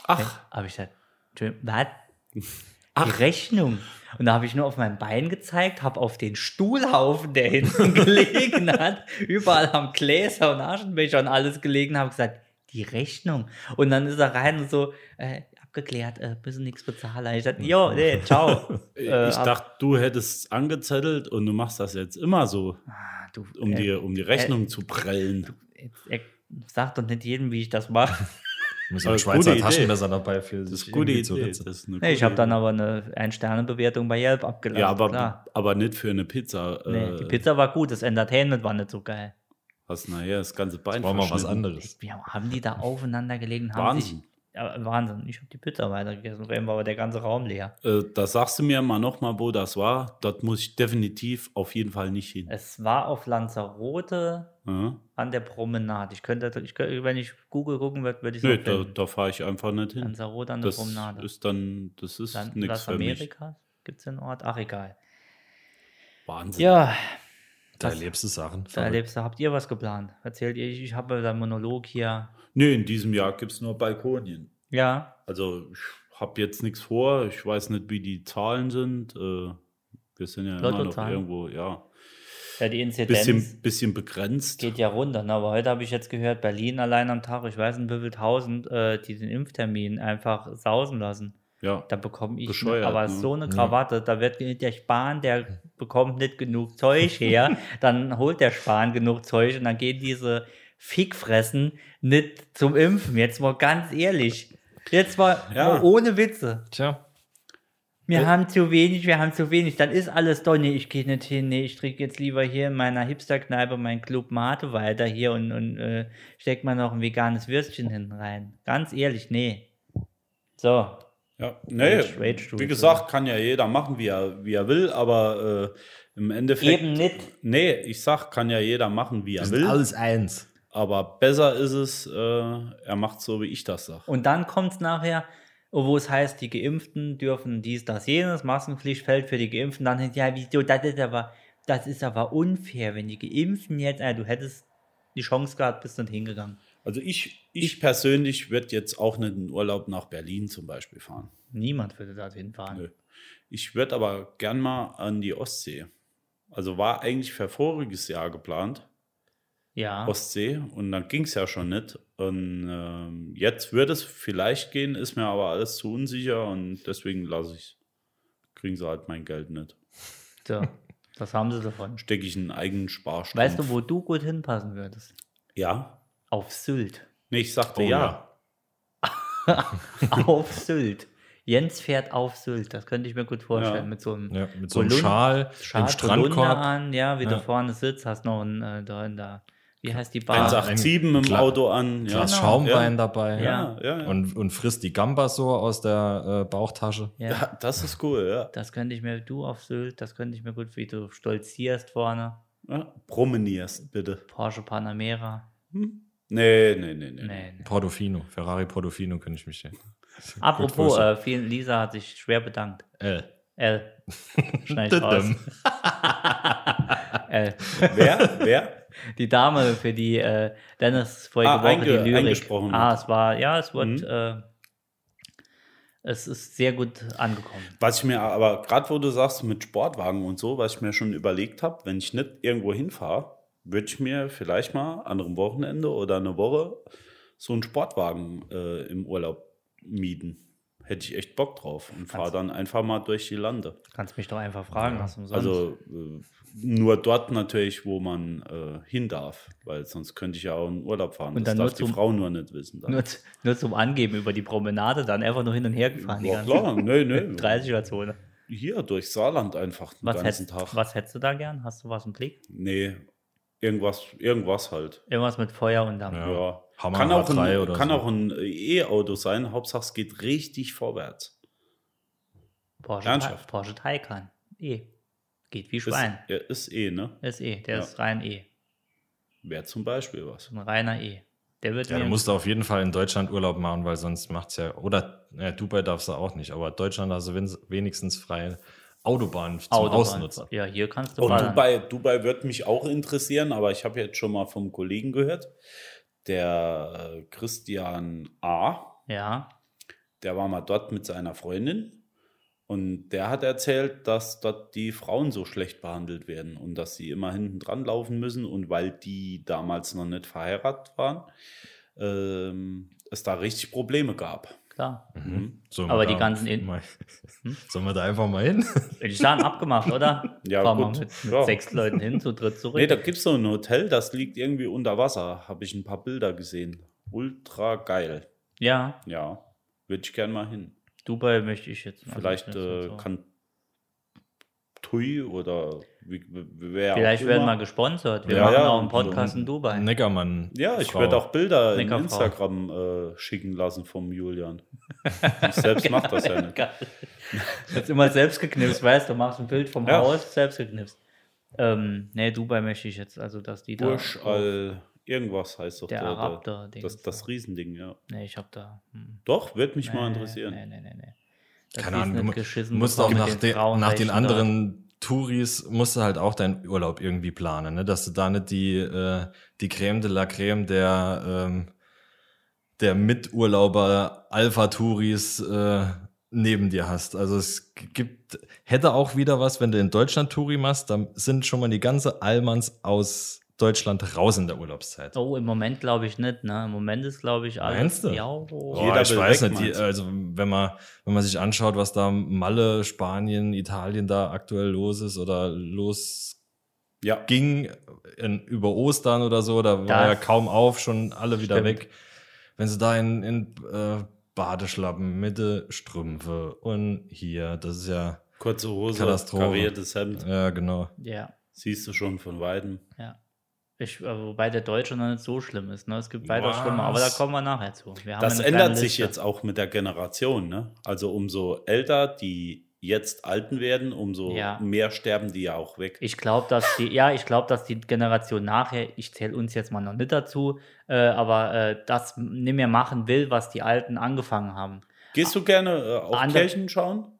[SPEAKER 6] Ach,
[SPEAKER 4] Aber ich gesagt, Entschuldigung, was? Die Rechnung. Und da habe ich nur auf mein Bein gezeigt, habe auf den Stuhlhaufen, der hinten gelegen hat, überall haben Gläser und Aschenbecher und alles gelegen, habe gesagt, die Rechnung. Und dann ist er rein und so, äh, abgeklärt, äh, müssen nichts bezahlen. Ich sagte, jo, nee, ciao. Äh,
[SPEAKER 6] ich
[SPEAKER 4] ab-
[SPEAKER 6] dachte, du hättest angezettelt und du machst das jetzt immer so,
[SPEAKER 4] Ah, du,
[SPEAKER 6] um,
[SPEAKER 4] äh,
[SPEAKER 6] dir, um die Rechnung zu prellen.
[SPEAKER 4] Jetzt, er sagt doch nicht jedem, wie ich das mache.
[SPEAKER 5] Muss ja ein
[SPEAKER 6] Aber
[SPEAKER 5] Schweizer
[SPEAKER 6] gute
[SPEAKER 5] Taschenmesser dabei für
[SPEAKER 6] Das ist
[SPEAKER 5] sich
[SPEAKER 6] eine gute
[SPEAKER 5] irgendwie zu
[SPEAKER 6] Idee.
[SPEAKER 5] ritzen.
[SPEAKER 6] Das ist eine
[SPEAKER 4] Nee, ich
[SPEAKER 6] gute
[SPEAKER 4] habe dann
[SPEAKER 6] Idee.
[SPEAKER 4] aber eine Ein-Sterne-Bewertung bei Yelp abgelassen.
[SPEAKER 6] Ja, aber,
[SPEAKER 4] klar.
[SPEAKER 6] aber nicht für eine Pizza.
[SPEAKER 4] Nee,
[SPEAKER 6] äh,
[SPEAKER 4] die Pizza war gut, das Entertainment war nicht so geil.
[SPEAKER 6] Hast nachher das ganze Bein
[SPEAKER 5] Brauchen wir was
[SPEAKER 6] verschnitten.
[SPEAKER 5] anderes.
[SPEAKER 4] Wie haben die da aufeinander gelegen? Haben
[SPEAKER 6] Wahnsinn.
[SPEAKER 4] Sich, ja, Wahnsinn. Ich habe die Pizza weitergegessen, auf einmal war der ganze Raum leer.
[SPEAKER 6] Äh, da sagst du mir mal nochmal, wo das war. Dort muss ich definitiv auf jeden Fall nicht hin.
[SPEAKER 4] Es war auf Lanzarote
[SPEAKER 6] Ja.
[SPEAKER 4] an der Promenade. Ich könnte, ich, könnte- wenn ich Google gucken würde, würde ich
[SPEAKER 6] Nö,
[SPEAKER 4] noch
[SPEAKER 6] da,
[SPEAKER 4] finden.
[SPEAKER 6] da fahre ich einfach nicht hin.
[SPEAKER 4] Lanzarote an der
[SPEAKER 6] Das
[SPEAKER 4] Promenade.
[SPEAKER 6] ist dann, das ist
[SPEAKER 4] Land-
[SPEAKER 6] nichts
[SPEAKER 4] Las
[SPEAKER 6] für mich.
[SPEAKER 4] Amerika? Gibt es den Ort? Ach, egal.
[SPEAKER 6] Wahnsinn.
[SPEAKER 4] Ja,
[SPEAKER 5] Da
[SPEAKER 4] Was-
[SPEAKER 5] erlebst du Sachen.
[SPEAKER 4] da erlebst du, habt ihr was geplant? Erzählt ihr, ich, ich habe da einen Monolog hier.
[SPEAKER 6] Nee, in diesem Jahr gibt es nur Balkonien.
[SPEAKER 4] Ja,
[SPEAKER 6] Also ich habe jetzt nichts vor. Ich weiß nicht, wie die Zahlen sind. Äh, wir sind ja immer noch
[SPEAKER 4] Lottozahlen.
[SPEAKER 6] irgendwo, ja,
[SPEAKER 4] ja die Inzidenz
[SPEAKER 6] bisschen, bisschen begrenzt.
[SPEAKER 4] geht ja runter. Ne? Aber heute habe ich jetzt gehört, Berlin allein am Tag, ich weiß nicht wie viel tausend, äh, die den Impftermin einfach sausen lassen.
[SPEAKER 6] ja.
[SPEAKER 4] Da bekomme ich
[SPEAKER 6] Bescheuert,
[SPEAKER 4] aber
[SPEAKER 6] ne?
[SPEAKER 4] so eine Krawatte, da wird ge- der Spahn, der bekommt nicht genug Zeug her, dann holt der Spahn genug Zeug und dann gehen diese Fickfressen nicht zum Impfen. Jetzt mal ganz ehrlich. Jetzt mal
[SPEAKER 6] Ja. Äh.
[SPEAKER 4] ohne Witze.
[SPEAKER 5] Tja,
[SPEAKER 4] Wir haben zu wenig, wir haben zu wenig. Dann ist alles doch, nee, ich gehe nicht hin, nee, ich trinke jetzt lieber hier in meiner Hipsterkneipe meinen Club Mate weiter hier und, und äh, steck mal noch ein veganes Würstchen hinten rein. Ganz ehrlich, nee. So,
[SPEAKER 6] Ja, nee,
[SPEAKER 4] Rage- Rage to
[SPEAKER 6] wie
[SPEAKER 4] it,
[SPEAKER 6] gesagt, kann ja jeder machen, wie er, wie er will, aber äh, im Endeffekt.
[SPEAKER 4] eben nicht.
[SPEAKER 6] Nee, ich sag, kann ja jeder machen, wie er will.
[SPEAKER 5] eins.
[SPEAKER 6] Aber besser ist es, äh, er macht so, wie ich das sag.
[SPEAKER 4] Und dann kommt es nachher, wo es heißt, die Geimpften dürfen dies, das, jenes, Maskenpflicht fällt für die Geimpften. Dann denkt, ja, wieso, das ist aber, das ist aber unfair, wenn die Geimpften jetzt, ah, du hättest die Chance gehabt, bist nicht hingegangen.
[SPEAKER 6] Also ich, ich persönlich würde jetzt auch nicht in Urlaub nach Berlin zum Beispiel fahren.
[SPEAKER 4] Niemand würde dorthin fahren.
[SPEAKER 6] Nö. Ich würde aber gern mal an die Ostsee. Also war eigentlich für voriges Jahr geplant,
[SPEAKER 4] Ja.
[SPEAKER 6] Ostsee, und dann ging es ja schon nicht. Und ähm, jetzt würde es vielleicht gehen, ist mir aber alles zu unsicher und deswegen lasse ich es. Kriegen sie halt mein Geld nicht.
[SPEAKER 4] So, was haben sie davon?
[SPEAKER 6] Stecke ich in einen eigenen Sparstrumpf.
[SPEAKER 4] Weißt du, wo du gut hinpassen würdest?
[SPEAKER 6] Ja.
[SPEAKER 4] Auf Sylt.
[SPEAKER 6] Nee, ich sagte
[SPEAKER 5] Oh,
[SPEAKER 6] ja.
[SPEAKER 5] ja.
[SPEAKER 4] auf Sylt. Jens fährt auf Sylt, das könnte ich mir gut vorstellen.
[SPEAKER 6] Ja.
[SPEAKER 4] Mit so einem,
[SPEAKER 5] Ja, mit so einem
[SPEAKER 4] Kolun-
[SPEAKER 5] Schal,
[SPEAKER 4] Schal
[SPEAKER 5] dem
[SPEAKER 4] Polunder
[SPEAKER 5] Strandkorb.
[SPEAKER 4] an, ja, wie
[SPEAKER 5] Ja.
[SPEAKER 4] du vorne sitzt, hast noch einen, äh, da in der, wie heißt die Bar?
[SPEAKER 6] 187
[SPEAKER 5] ein
[SPEAKER 6] im
[SPEAKER 5] Gla-
[SPEAKER 6] Auto an. Ja.
[SPEAKER 5] Glas
[SPEAKER 4] Genau.
[SPEAKER 5] Schaumwein
[SPEAKER 6] Ja.
[SPEAKER 5] dabei.
[SPEAKER 6] Ja, ja, ja.
[SPEAKER 5] Und, und frisst die Gambas so aus der äh, Bauchtasche.
[SPEAKER 4] Ja,
[SPEAKER 6] Ja, das ist cool, ja.
[SPEAKER 4] Das könnte ich mir, du auf Sylt, das könnte ich mir gut, wie du stolzierst vorne.
[SPEAKER 6] ja. Promenierst, bitte.
[SPEAKER 4] Porsche Panamera.
[SPEAKER 6] Nee, nee, nee, nee.
[SPEAKER 4] Nee, nee.
[SPEAKER 5] Portofino, Ferrari Portofino könnte ich mich sehen.
[SPEAKER 4] Apropos,
[SPEAKER 5] vorstellen.
[SPEAKER 4] äh, vielen, Lisa hat sich schwer bedankt.
[SPEAKER 5] Äh.
[SPEAKER 4] L. Schneid ich raus.
[SPEAKER 5] Düm.
[SPEAKER 4] L.
[SPEAKER 6] Wer? Wer?
[SPEAKER 4] Die Dame, für die äh, Dennis vorige
[SPEAKER 6] Ah,
[SPEAKER 4] Woche
[SPEAKER 6] einge-
[SPEAKER 4] die Lyrik.
[SPEAKER 6] eingesprochen
[SPEAKER 4] ah,
[SPEAKER 6] hat.
[SPEAKER 4] es war, ja, es wird,
[SPEAKER 6] Mhm.
[SPEAKER 4] äh, es ist sehr gut angekommen.
[SPEAKER 6] Was ich mir aber, gerade wo du sagst, mit Sportwagen und so, was ich mir schon überlegt habe, wenn ich nicht irgendwo hinfahre, würde ich mir vielleicht mal an einem Wochenende oder eine Woche so einen Sportwagen äh, im Urlaub mieten. Hätte ich echt Bock drauf und fahre dann einfach mal durch die Lande.
[SPEAKER 4] Du kannst mich doch einfach fragen, was umsonst.
[SPEAKER 6] Also äh, nur dort natürlich, wo man äh, hin darf, weil sonst könnte ich ja auch in Urlaub fahren.
[SPEAKER 4] Und
[SPEAKER 6] das
[SPEAKER 4] dann nur
[SPEAKER 6] darf die
[SPEAKER 4] zum-
[SPEAKER 6] Frau nur nicht wissen. Dann.
[SPEAKER 4] nur, z- nur zum Angeben über die Promenade, dann einfach nur hin und her gefahren. die
[SPEAKER 6] ja,
[SPEAKER 4] ganze
[SPEAKER 6] klar, nö, nö.
[SPEAKER 4] 30er-Zone.
[SPEAKER 6] Hier durch Saarland einfach den
[SPEAKER 4] Was,
[SPEAKER 6] ganzen
[SPEAKER 4] hättest-
[SPEAKER 6] Tag.
[SPEAKER 4] was hättest du da gern? Hast du was im Blick?
[SPEAKER 6] Nee, irgendwas, irgendwas halt.
[SPEAKER 4] Irgendwas mit Feuer und Dampf.
[SPEAKER 5] Ja.
[SPEAKER 6] Ja.
[SPEAKER 5] Hammer
[SPEAKER 6] kann auch
[SPEAKER 5] H3
[SPEAKER 6] ein,
[SPEAKER 5] oder
[SPEAKER 6] kann
[SPEAKER 5] so.
[SPEAKER 6] auch ein E-Auto sein, Hauptsache es geht richtig vorwärts.
[SPEAKER 4] Porsche, Ti-
[SPEAKER 6] Ernsthaft?
[SPEAKER 4] Porsche Taycan. E. Geht wie
[SPEAKER 6] Ist,
[SPEAKER 4] Schwein.
[SPEAKER 6] ja, ist E, ne?
[SPEAKER 4] Ist, E. Der
[SPEAKER 6] Ja.
[SPEAKER 4] ist rein E.
[SPEAKER 6] Wäre zum Beispiel was.
[SPEAKER 4] Ein reiner E. Der wird
[SPEAKER 5] Ja,
[SPEAKER 4] mir-
[SPEAKER 5] du musst auf jeden Fall in Deutschland Urlaub machen, weil sonst macht es ja. Oder ja, Dubai darfst du auch nicht, aber Deutschland hast du wen- wenigstens freie Autobahnen zum
[SPEAKER 4] Autobahn.
[SPEAKER 5] Ausnutzer.
[SPEAKER 4] Ja, hier kannst du
[SPEAKER 6] Und
[SPEAKER 4] ballern.
[SPEAKER 6] Dubai, Dubai würde mich auch interessieren, aber ich habe jetzt schon mal vom Kollegen gehört, der äh, Christian A.,
[SPEAKER 4] Ja.
[SPEAKER 6] der war mal dort mit seiner Freundin und der hat erzählt, dass dort die Frauen so schlecht behandelt werden und dass sie immer hinten dran laufen müssen und weil die damals noch nicht verheiratet waren, ähm, es da richtig Probleme gab.
[SPEAKER 4] Klar.
[SPEAKER 6] Mhm.
[SPEAKER 5] Sollen
[SPEAKER 4] Aber
[SPEAKER 5] wir
[SPEAKER 4] die
[SPEAKER 5] da
[SPEAKER 4] ganzen In- Hm?
[SPEAKER 5] mal- Sollen wir da einfach mal hin?
[SPEAKER 4] Würde ich sagen, abgemacht, oder?
[SPEAKER 6] Ja,
[SPEAKER 4] Fahren wir
[SPEAKER 6] gut.
[SPEAKER 4] mit, mit
[SPEAKER 6] Ja.
[SPEAKER 4] sechs Leuten hin, zu dritt zurück.
[SPEAKER 6] Nee, da gibt es so ein Hotel, das liegt irgendwie unter Wasser. Habe ich ein paar Bilder gesehen. Ultra geil.
[SPEAKER 4] ja,
[SPEAKER 6] Ja, würde ich gern mal hin.
[SPEAKER 4] Dubai möchte ich jetzt. also
[SPEAKER 6] Vielleicht
[SPEAKER 4] das ist
[SPEAKER 6] äh,
[SPEAKER 4] so.
[SPEAKER 6] kann Tui oder wie, wie- wer auch
[SPEAKER 4] Vielleicht werden
[SPEAKER 6] immer.
[SPEAKER 4] wir gesponsert. Wir
[SPEAKER 6] Ja,
[SPEAKER 4] machen
[SPEAKER 6] ja.
[SPEAKER 4] auch einen Podcast in Dubai.
[SPEAKER 5] Neckermann.
[SPEAKER 6] Ja, ich
[SPEAKER 5] Frau.
[SPEAKER 6] werde auch Bilder in
[SPEAKER 4] Neckarfrau.
[SPEAKER 6] Instagram äh, schicken lassen vom Julian. Ich selbst mache das ja nicht.
[SPEAKER 4] Geil. Das ist immer selbst geknipst, weißt du, machst ein Bild vom
[SPEAKER 6] Ja.
[SPEAKER 4] Haus, selbst geknipst. Ähm, nee, Dubai möchte ich jetzt, also dass die da.
[SPEAKER 6] Bursch al irgendwas heißt doch
[SPEAKER 4] der
[SPEAKER 6] der,
[SPEAKER 4] Arab
[SPEAKER 6] der,
[SPEAKER 4] da. Ding.
[SPEAKER 6] das, das Riesending, ja.
[SPEAKER 4] nee, ich hab da. Hm,
[SPEAKER 6] Doch, würde mich mal interessieren.
[SPEAKER 4] Nee, nee, nee, nee. Dass
[SPEAKER 5] Keine
[SPEAKER 4] die's
[SPEAKER 5] Ahnung,
[SPEAKER 4] nicht
[SPEAKER 5] du mu-
[SPEAKER 4] Äh, geschissen
[SPEAKER 5] musst auch
[SPEAKER 4] bekommen mit
[SPEAKER 5] nach, den- nach den
[SPEAKER 4] Frauenrechten
[SPEAKER 5] anderen Touris musst du halt auch deinen Urlaub irgendwie planen, ne? dass du da nicht die, äh, die Creme de la Creme der, ähm, der Miturlauber Alpha-Touris äh, neben dir hast. Also es gibt, hätte auch wieder was, wenn du in Deutschland Touri machst, dann sind schon mal die ganze Allmanns aus Deutschland raus in der Urlaubszeit.
[SPEAKER 4] dort. Oh, im Moment glaube ich nicht, ne? Im Moment ist, glaube ich, alles.
[SPEAKER 5] Meinst du?
[SPEAKER 4] Ja,
[SPEAKER 5] Boah,
[SPEAKER 6] Jeder
[SPEAKER 5] Oh, ich
[SPEAKER 6] will
[SPEAKER 5] weiß
[SPEAKER 6] weg,
[SPEAKER 5] nicht, die,
[SPEAKER 6] meinst du?
[SPEAKER 5] also wenn man, wenn man sich anschaut, was da Malle, Spanien, Italien da aktuell los ist oder losging
[SPEAKER 6] Ja,
[SPEAKER 5] in, über Ostern oder so, da war
[SPEAKER 4] Das
[SPEAKER 5] ja kaum auf, schon alle wieder
[SPEAKER 4] stimmt.
[SPEAKER 5] weg. Wenn sie da in, in äh, Badeschlappen, Mitte, Strümpfe und hier, das ist ja,
[SPEAKER 6] Kurze Hose,
[SPEAKER 5] Katastrophe.
[SPEAKER 6] kariertes Hemd.
[SPEAKER 5] ja genau.
[SPEAKER 4] Ja,
[SPEAKER 6] Siehst du schon von Weitem.
[SPEAKER 4] ja. Ich, äh, wobei der Deutsche noch nicht so schlimm ist. Ne? Es gibt weiter
[SPEAKER 5] Was?
[SPEAKER 4] schlimmer, aber da kommen wir nachher zu. Wir haben
[SPEAKER 6] Das
[SPEAKER 4] eine kleine
[SPEAKER 6] ändert sich
[SPEAKER 4] Liste.
[SPEAKER 6] jetzt auch mit der Generation. Ne? Also umso älter die jetzt Alten werden, umso
[SPEAKER 4] Ja.
[SPEAKER 6] mehr sterben die ja auch weg.
[SPEAKER 4] Ich glaube, dass die, ja, ich glaube, dass die Generation nachher, ich zähle uns jetzt mal noch nicht dazu, äh, aber äh, das nicht mehr machen will, was die Alten angefangen haben.
[SPEAKER 6] Gehst du gerne äh, auf
[SPEAKER 4] Ander-
[SPEAKER 6] Kirchen schauen?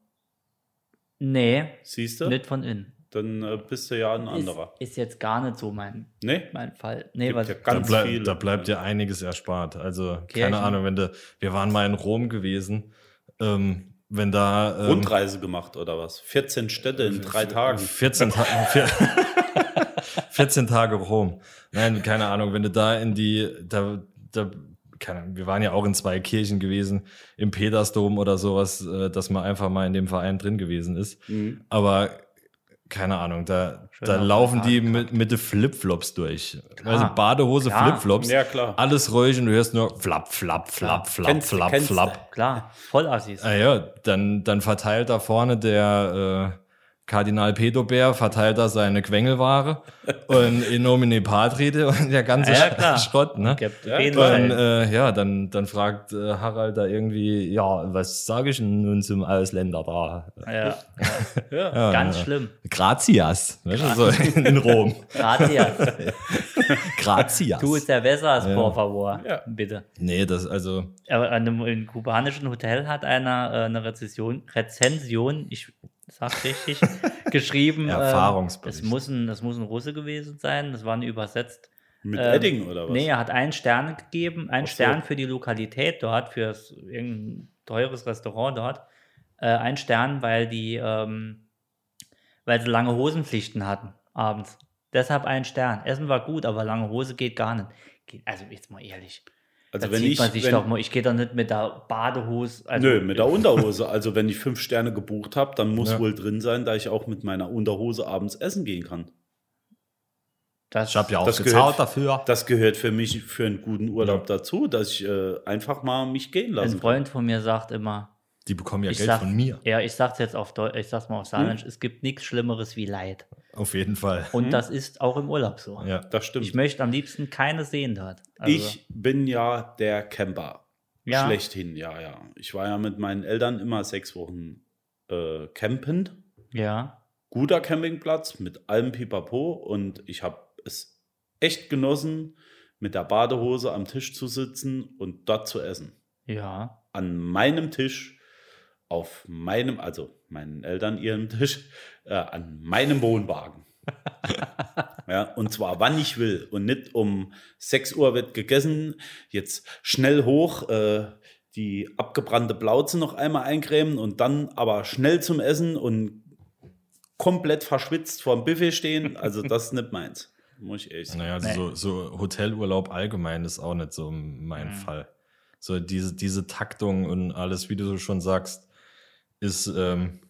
[SPEAKER 4] Nee,
[SPEAKER 6] Siehst du?
[SPEAKER 4] nicht von innen.
[SPEAKER 6] Dann äh, bist du ja ein anderer.
[SPEAKER 4] Ist, ist jetzt gar nicht so mein,
[SPEAKER 6] Nee?
[SPEAKER 4] mein Fall. Nee,
[SPEAKER 6] Gibt
[SPEAKER 4] was,
[SPEAKER 6] ja
[SPEAKER 5] Da,
[SPEAKER 6] ganz
[SPEAKER 5] blei-
[SPEAKER 6] viele.
[SPEAKER 5] da bleibt dir einiges erspart. Also,
[SPEAKER 4] Kirchen.
[SPEAKER 5] keine Ahnung, wenn du, wir waren mal in Rom gewesen, ähm, wenn da. Ähm,
[SPEAKER 6] Rundreise gemacht oder was? 14 Städte in drei
[SPEAKER 4] Äh,
[SPEAKER 6] Tagen.
[SPEAKER 5] 14, Ta vier- 14 Tage Rom. Nein, keine Ahnung, wenn du da in die, da, da, keine Ahnung, wir waren ja auch in zwei Kirchen gewesen, im Petersdom oder sowas, äh, dass man einfach mal in dem Verein drin gewesen ist.
[SPEAKER 6] Mhm.
[SPEAKER 5] Aber keine Ahnung, da,
[SPEAKER 4] Schön
[SPEAKER 5] da
[SPEAKER 4] auf den
[SPEAKER 5] laufen
[SPEAKER 4] Haken
[SPEAKER 5] die mit, mit den Flipflops durch. also Badehose,
[SPEAKER 4] klar.
[SPEAKER 5] Flipflops,
[SPEAKER 6] Ja, klar.
[SPEAKER 5] alles ruhig und du hörst nur flap, flap, flap, flap,
[SPEAKER 6] Kennst du,
[SPEAKER 5] flap,
[SPEAKER 6] kennst du.
[SPEAKER 5] flap.
[SPEAKER 4] klar, Vollassis.
[SPEAKER 6] Äh,
[SPEAKER 5] Ah ja, dann, dann verteilt da vorne der äh, Kardinal Pedobär, verteilt da seine Quengelware und in nomine patrite und der ganze
[SPEAKER 4] Ah Ja, klar.
[SPEAKER 5] Schrott, ne?
[SPEAKER 4] Gibt
[SPEAKER 6] Ja,
[SPEAKER 4] wen
[SPEAKER 6] klar.
[SPEAKER 4] rein.
[SPEAKER 5] Und äh, ja, dann, dann fragt äh, Harald da irgendwie, ja, was sage ich denn nun zum Ausländer da?
[SPEAKER 4] ja,
[SPEAKER 5] Ja,
[SPEAKER 4] ganz
[SPEAKER 5] ja.
[SPEAKER 4] schlimm.
[SPEAKER 5] Grazias, weißt du, so in, in Rom.
[SPEAKER 4] Gracias.
[SPEAKER 5] Grazias.
[SPEAKER 4] Tu cervezas, por favor.
[SPEAKER 6] Ja.
[SPEAKER 4] Bitte.
[SPEAKER 5] Nee, das, also,
[SPEAKER 4] Aber an äh, einem, in einem kubanischen Hotel hat einer äh, eine Rezession, Rezension, ich sag's richtig, geschrieben.
[SPEAKER 5] Erfahrungsbericht.
[SPEAKER 4] Ähm, es, muss ein, es muss ein Russe gewesen sein, das war nicht übersetzt.
[SPEAKER 6] Mit
[SPEAKER 4] Ähm,
[SPEAKER 6] Edding oder was?
[SPEAKER 4] Nee, er hat einen Stern gegeben, einen
[SPEAKER 6] Ach so.
[SPEAKER 4] Stern für die Lokalität dort, für irgendein teures Restaurant dort. Äh, einen Stern, weil die, ähm, weil sie lange Hosenpflichten hatten abends. Deshalb einen Stern. Essen war gut, aber lange Hose geht gar nicht. Geht- Also jetzt mal ehrlich.
[SPEAKER 6] also
[SPEAKER 4] Da
[SPEAKER 6] wenn
[SPEAKER 4] zieht
[SPEAKER 6] ich,
[SPEAKER 4] man sich
[SPEAKER 6] wenn,
[SPEAKER 4] doch mal, ich gehe doch nicht mit der Badehose. Also,
[SPEAKER 6] Nö, mit der Unterhose. Also wenn ich fünf Sterne gebucht habe, dann muss
[SPEAKER 5] Ja.
[SPEAKER 6] wohl drin sein, da ich auch mit meiner Unterhose abends essen gehen kann.
[SPEAKER 4] das,
[SPEAKER 5] ich habe ja auch
[SPEAKER 6] Das
[SPEAKER 5] gezahlt
[SPEAKER 6] gehört-
[SPEAKER 5] dafür.
[SPEAKER 6] Das gehört für mich für einen guten Urlaub dazu, dass ich äh, einfach mal mich gehen lassen
[SPEAKER 4] Ein Freund von mir sagt immer,
[SPEAKER 5] Die bekommen ja
[SPEAKER 4] ich
[SPEAKER 5] Geld
[SPEAKER 4] sag,
[SPEAKER 5] von mir,
[SPEAKER 4] ja, ich sag's jetzt auf Deutsch, ich sag's mal auf Saarländisch,
[SPEAKER 6] Hm?
[SPEAKER 4] es gibt nichts Schlimmeres wie Leid.
[SPEAKER 5] auf jeden Fall.
[SPEAKER 4] Und das ist auch im Urlaub so.
[SPEAKER 5] Ja.
[SPEAKER 6] kann. Das Hm? stimmt.
[SPEAKER 4] Ich
[SPEAKER 6] Ich,
[SPEAKER 4] möchte am liebsten keine sehen dort. Also,
[SPEAKER 6] bin ja der Camper.
[SPEAKER 4] Ja.
[SPEAKER 6] Schlechthin, ja, ja. Ich war ja mit meinen Eltern immer sechs Wochen äh, campen.
[SPEAKER 4] Ja.
[SPEAKER 6] guter Campingplatz mit allem Pipapo und ich habe es echt genossen, mit der Badehose am Tisch zu sitzen und dort zu essen.
[SPEAKER 4] Ja.
[SPEAKER 6] An meinem Tisch, auf meinem, also meinen Eltern ihrem Tisch, äh, an meinem Wohnwagen. ja, und zwar wann ich will und nicht um 6 Uhr wird gegessen, jetzt schnell hoch, äh, die abgebrannte Blauze noch einmal eincremen und dann aber schnell zum Essen und komplett verschwitzt vorm Buffet stehen. Also das ist nicht meins, muss ich ehrlich sagen.
[SPEAKER 5] Naja, also
[SPEAKER 4] Nee.
[SPEAKER 5] so, so Hotelurlaub allgemein ist auch nicht so mein Fall. So diese, diese Taktung und alles, wie du so schon sagst, ist, ähm,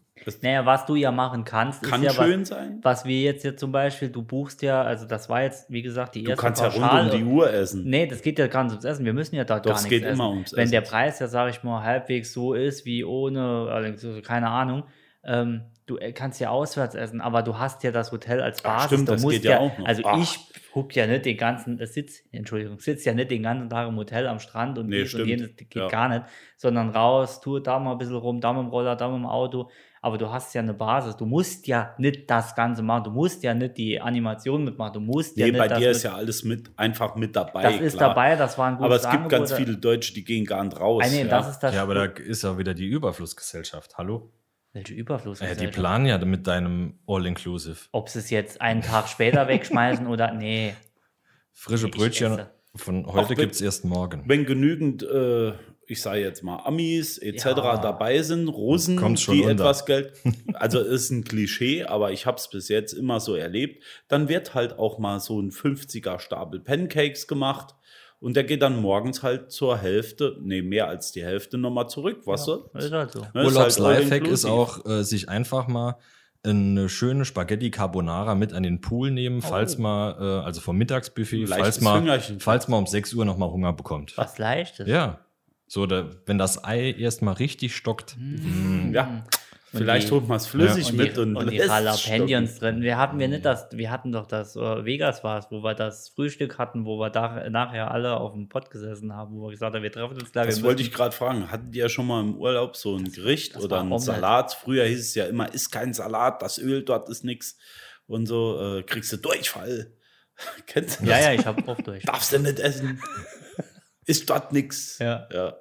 [SPEAKER 4] Naja, was du ja machen kannst,
[SPEAKER 6] Kann
[SPEAKER 4] ist ja
[SPEAKER 6] schön
[SPEAKER 4] was,
[SPEAKER 6] sein.
[SPEAKER 4] was wir jetzt hier zum Beispiel, du buchst ja, also das war jetzt, wie gesagt, die
[SPEAKER 6] Du
[SPEAKER 4] erste
[SPEAKER 6] kannst ja
[SPEAKER 4] Pauschale.
[SPEAKER 6] rund um die Uhr essen.
[SPEAKER 4] Nee, das geht ja gar nicht ums Essen. Wir müssen ja da
[SPEAKER 6] Doch,
[SPEAKER 4] gar
[SPEAKER 6] es
[SPEAKER 4] nichts
[SPEAKER 6] geht
[SPEAKER 4] essen.
[SPEAKER 6] immer ums
[SPEAKER 4] Wenn
[SPEAKER 6] Essen.
[SPEAKER 4] der Preis ja, sage ich mal, halbwegs so ist wie ohne, also keine Ahnung, ähm, du äh, kannst ja auswärts essen, aber du hast ja das Hotel als
[SPEAKER 6] Ach,
[SPEAKER 4] Basis.
[SPEAKER 6] stimmt,
[SPEAKER 4] du
[SPEAKER 6] das
[SPEAKER 4] musst
[SPEAKER 6] geht ja auch noch.
[SPEAKER 4] Also
[SPEAKER 6] Ach.
[SPEAKER 4] ich guck ja nicht den ganzen, äh, sitz, Entschuldigung, sitz ja nicht den ganzen Tag im Hotel am Strand und
[SPEAKER 6] Nee,
[SPEAKER 4] dies und
[SPEAKER 6] stimmt.
[SPEAKER 4] jenes, das geht
[SPEAKER 6] Ja.
[SPEAKER 4] gar nicht, sondern raus, tu da mal ein bisschen rum, da mit dem Roller, da mit dem Auto. Aber du hast ja eine Basis. Du musst ja nicht das Ganze machen. Du musst ja nicht die Animation mitmachen. Du musst ja
[SPEAKER 6] Nee,
[SPEAKER 4] nicht
[SPEAKER 6] bei
[SPEAKER 4] das
[SPEAKER 6] dir
[SPEAKER 4] mit-
[SPEAKER 6] ist ja alles mit, einfach mit dabei.
[SPEAKER 4] das ist
[SPEAKER 6] klar.
[SPEAKER 4] dabei, das war ein gutes
[SPEAKER 6] Aber es gibt
[SPEAKER 4] Angebot.
[SPEAKER 6] ganz viele Deutsche, die gehen gar nicht raus.
[SPEAKER 4] Ah, nee,
[SPEAKER 6] ja.
[SPEAKER 4] das ist das
[SPEAKER 5] ja, aber da ist ja wieder die Überflussgesellschaft. Hallo?
[SPEAKER 4] Welche
[SPEAKER 5] Äh, die
[SPEAKER 4] Überflussgesellschaft.
[SPEAKER 5] planen ja mit deinem All-Inclusive.
[SPEAKER 4] Ob sie es jetzt einen Tag später wegschmeißen oder. Nee.
[SPEAKER 5] Frische
[SPEAKER 4] Ich
[SPEAKER 5] Brötchen
[SPEAKER 4] esse.
[SPEAKER 5] von
[SPEAKER 6] Auch
[SPEAKER 5] heute
[SPEAKER 6] mit-
[SPEAKER 5] gibt es erst morgen.
[SPEAKER 6] Wenn genügend, äh, ich sage jetzt mal, Amis etc.
[SPEAKER 4] Ja.
[SPEAKER 6] dabei sind, Russen,
[SPEAKER 5] Kommt's schon
[SPEAKER 6] die
[SPEAKER 5] unter.
[SPEAKER 6] etwas Geld, also ist ein Klischee, aber ich habe es bis jetzt immer so erlebt, dann wird halt auch mal so ein 50er Stapel Pancakes gemacht und der geht dann morgens halt zur Hälfte, nee, mehr als die Hälfte nochmal zurück, was du?
[SPEAKER 4] Ist halt so.
[SPEAKER 6] Ne, ist halt all
[SPEAKER 5] Urlaubs-Lifehack ist
[SPEAKER 6] inclusive.
[SPEAKER 5] auch, äh, sich einfach mal eine schöne Spaghetti Carbonara mit an den Pool nehmen, falls mal, äh, also vom Mittagsbuffet,
[SPEAKER 6] Ein
[SPEAKER 5] falls
[SPEAKER 6] leichtes
[SPEAKER 5] mal,
[SPEAKER 6] Hüngerchen.
[SPEAKER 5] falls mal um 6 Uhr nochmal Hunger bekommt.
[SPEAKER 4] Was Leichtes.
[SPEAKER 5] Ja. So, da, wenn das Ei erstmal richtig stockt,
[SPEAKER 6] Mhm. Hm. Ja. Vielleicht
[SPEAKER 4] die-
[SPEAKER 6] holt man es flüssig
[SPEAKER 4] und die,
[SPEAKER 6] mit und,
[SPEAKER 4] und die
[SPEAKER 6] lässt stocken.
[SPEAKER 4] Jalapenos drin. Wir hatten wir nicht das, wir hatten doch das äh, Vegas war es, wo wir das Frühstück hatten, wo wir da, nachher alle auf dem Pott gesessen haben, wo wir gesagt haben, wir treffen uns gleich.
[SPEAKER 6] Das
[SPEAKER 4] wir
[SPEAKER 6] wollte
[SPEAKER 4] müssen-
[SPEAKER 6] ich gerade fragen. Hattet ihr schon mal im Urlaub so ein Gericht
[SPEAKER 4] das
[SPEAKER 6] oder
[SPEAKER 4] war
[SPEAKER 6] einen
[SPEAKER 4] Omelette.
[SPEAKER 6] Salat? Früher hieß es ja immer, ist kein Salat, das Öl dort ist nix und so, äh, kriegst du Durchfall. Kennst du das?
[SPEAKER 4] Ja, ja, ich habe oft durch.
[SPEAKER 6] Darfst du nicht essen. ist dort nix.
[SPEAKER 4] Ja.
[SPEAKER 6] ja.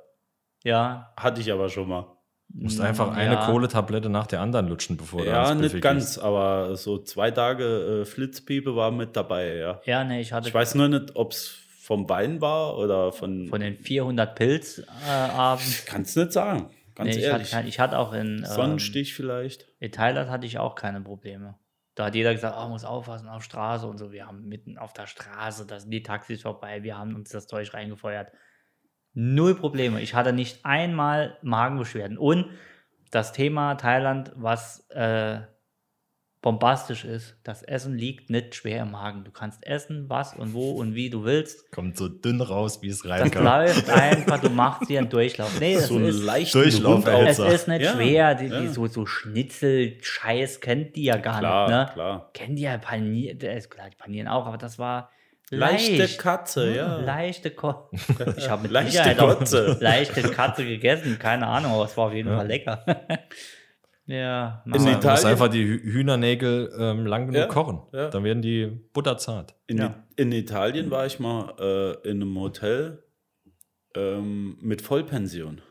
[SPEAKER 4] Ja.
[SPEAKER 6] Hatte ich aber schon mal.
[SPEAKER 5] musst
[SPEAKER 4] mm,
[SPEAKER 5] einfach eine
[SPEAKER 4] ja.
[SPEAKER 5] Kohletablette nach der anderen lutschen, bevor du
[SPEAKER 6] ja,
[SPEAKER 5] ans Buffet
[SPEAKER 6] nicht ganz, aber so zwei Tage äh, Flitzpiepe war mit dabei, ja.
[SPEAKER 4] Ja, ne, ich hatte
[SPEAKER 6] Ich weiß nur nicht, ob es vom Wein war oder von.
[SPEAKER 4] von den 400 Pilz äh, abends.
[SPEAKER 6] Kannst nicht sagen. Ganz
[SPEAKER 4] nee, ich, hatte
[SPEAKER 6] ehrlich.
[SPEAKER 4] kein, ich hatte auch in, ähm,
[SPEAKER 6] Sonnenstich vielleicht.
[SPEAKER 4] in Thailand hatte ich auch keine Probleme. Da hat jeder gesagt, oh, muss aufpassen auf Straße und so. Wir haben mitten auf der Straße, da sind die Taxis vorbei, wir haben uns das Zeug reingefeuert. Null Probleme. Ich hatte nicht einmal Magenbeschwerden. Und das Thema Thailand, was äh, bombastisch ist, das Essen liegt nicht schwer im Magen. Du kannst essen, was und wo und wie du willst.
[SPEAKER 5] Kommt so dünn raus, wie es
[SPEAKER 4] Das
[SPEAKER 5] reinkommt.
[SPEAKER 4] läuft einfach, du machst hier einen Durchlauf. Nee, das
[SPEAKER 6] So einen
[SPEAKER 4] ist,
[SPEAKER 6] leichten
[SPEAKER 5] Durchlauf,
[SPEAKER 6] Rund-
[SPEAKER 5] ey.
[SPEAKER 4] es
[SPEAKER 5] Pizza.
[SPEAKER 4] ist nicht
[SPEAKER 6] Ja,
[SPEAKER 4] schwer. Die, die
[SPEAKER 6] ja.
[SPEAKER 4] so, so Schnitzel-Scheiß kennt die ja gar
[SPEAKER 6] Klar,
[SPEAKER 4] nicht. Ne?
[SPEAKER 6] klar.
[SPEAKER 4] Kennen die ja Panier, äh, ist klar, die Panieren auch, aber das war
[SPEAKER 6] Leichte
[SPEAKER 4] leicht. Hm,
[SPEAKER 6] Katze, ja.
[SPEAKER 4] Leichte Ko Ich habe mit
[SPEAKER 6] Leichte
[SPEAKER 4] Sicherheit auch
[SPEAKER 6] Kotze.
[SPEAKER 4] leichte Katze gegessen, keine Ahnung, aber es war auf jeden
[SPEAKER 5] Ja.
[SPEAKER 4] Fall lecker. ja,
[SPEAKER 6] In
[SPEAKER 5] Also, Du
[SPEAKER 4] Mama.
[SPEAKER 5] musst
[SPEAKER 6] Italien-
[SPEAKER 5] einfach die Hü- Hühnernägel ähm, lang genug
[SPEAKER 6] Ja,
[SPEAKER 5] kochen.
[SPEAKER 6] ja.
[SPEAKER 5] Dann werden die butterzart.
[SPEAKER 6] In,
[SPEAKER 4] Ja.
[SPEAKER 6] in Italien war ich mal äh, in einem Hotel ähm, mit Vollpension.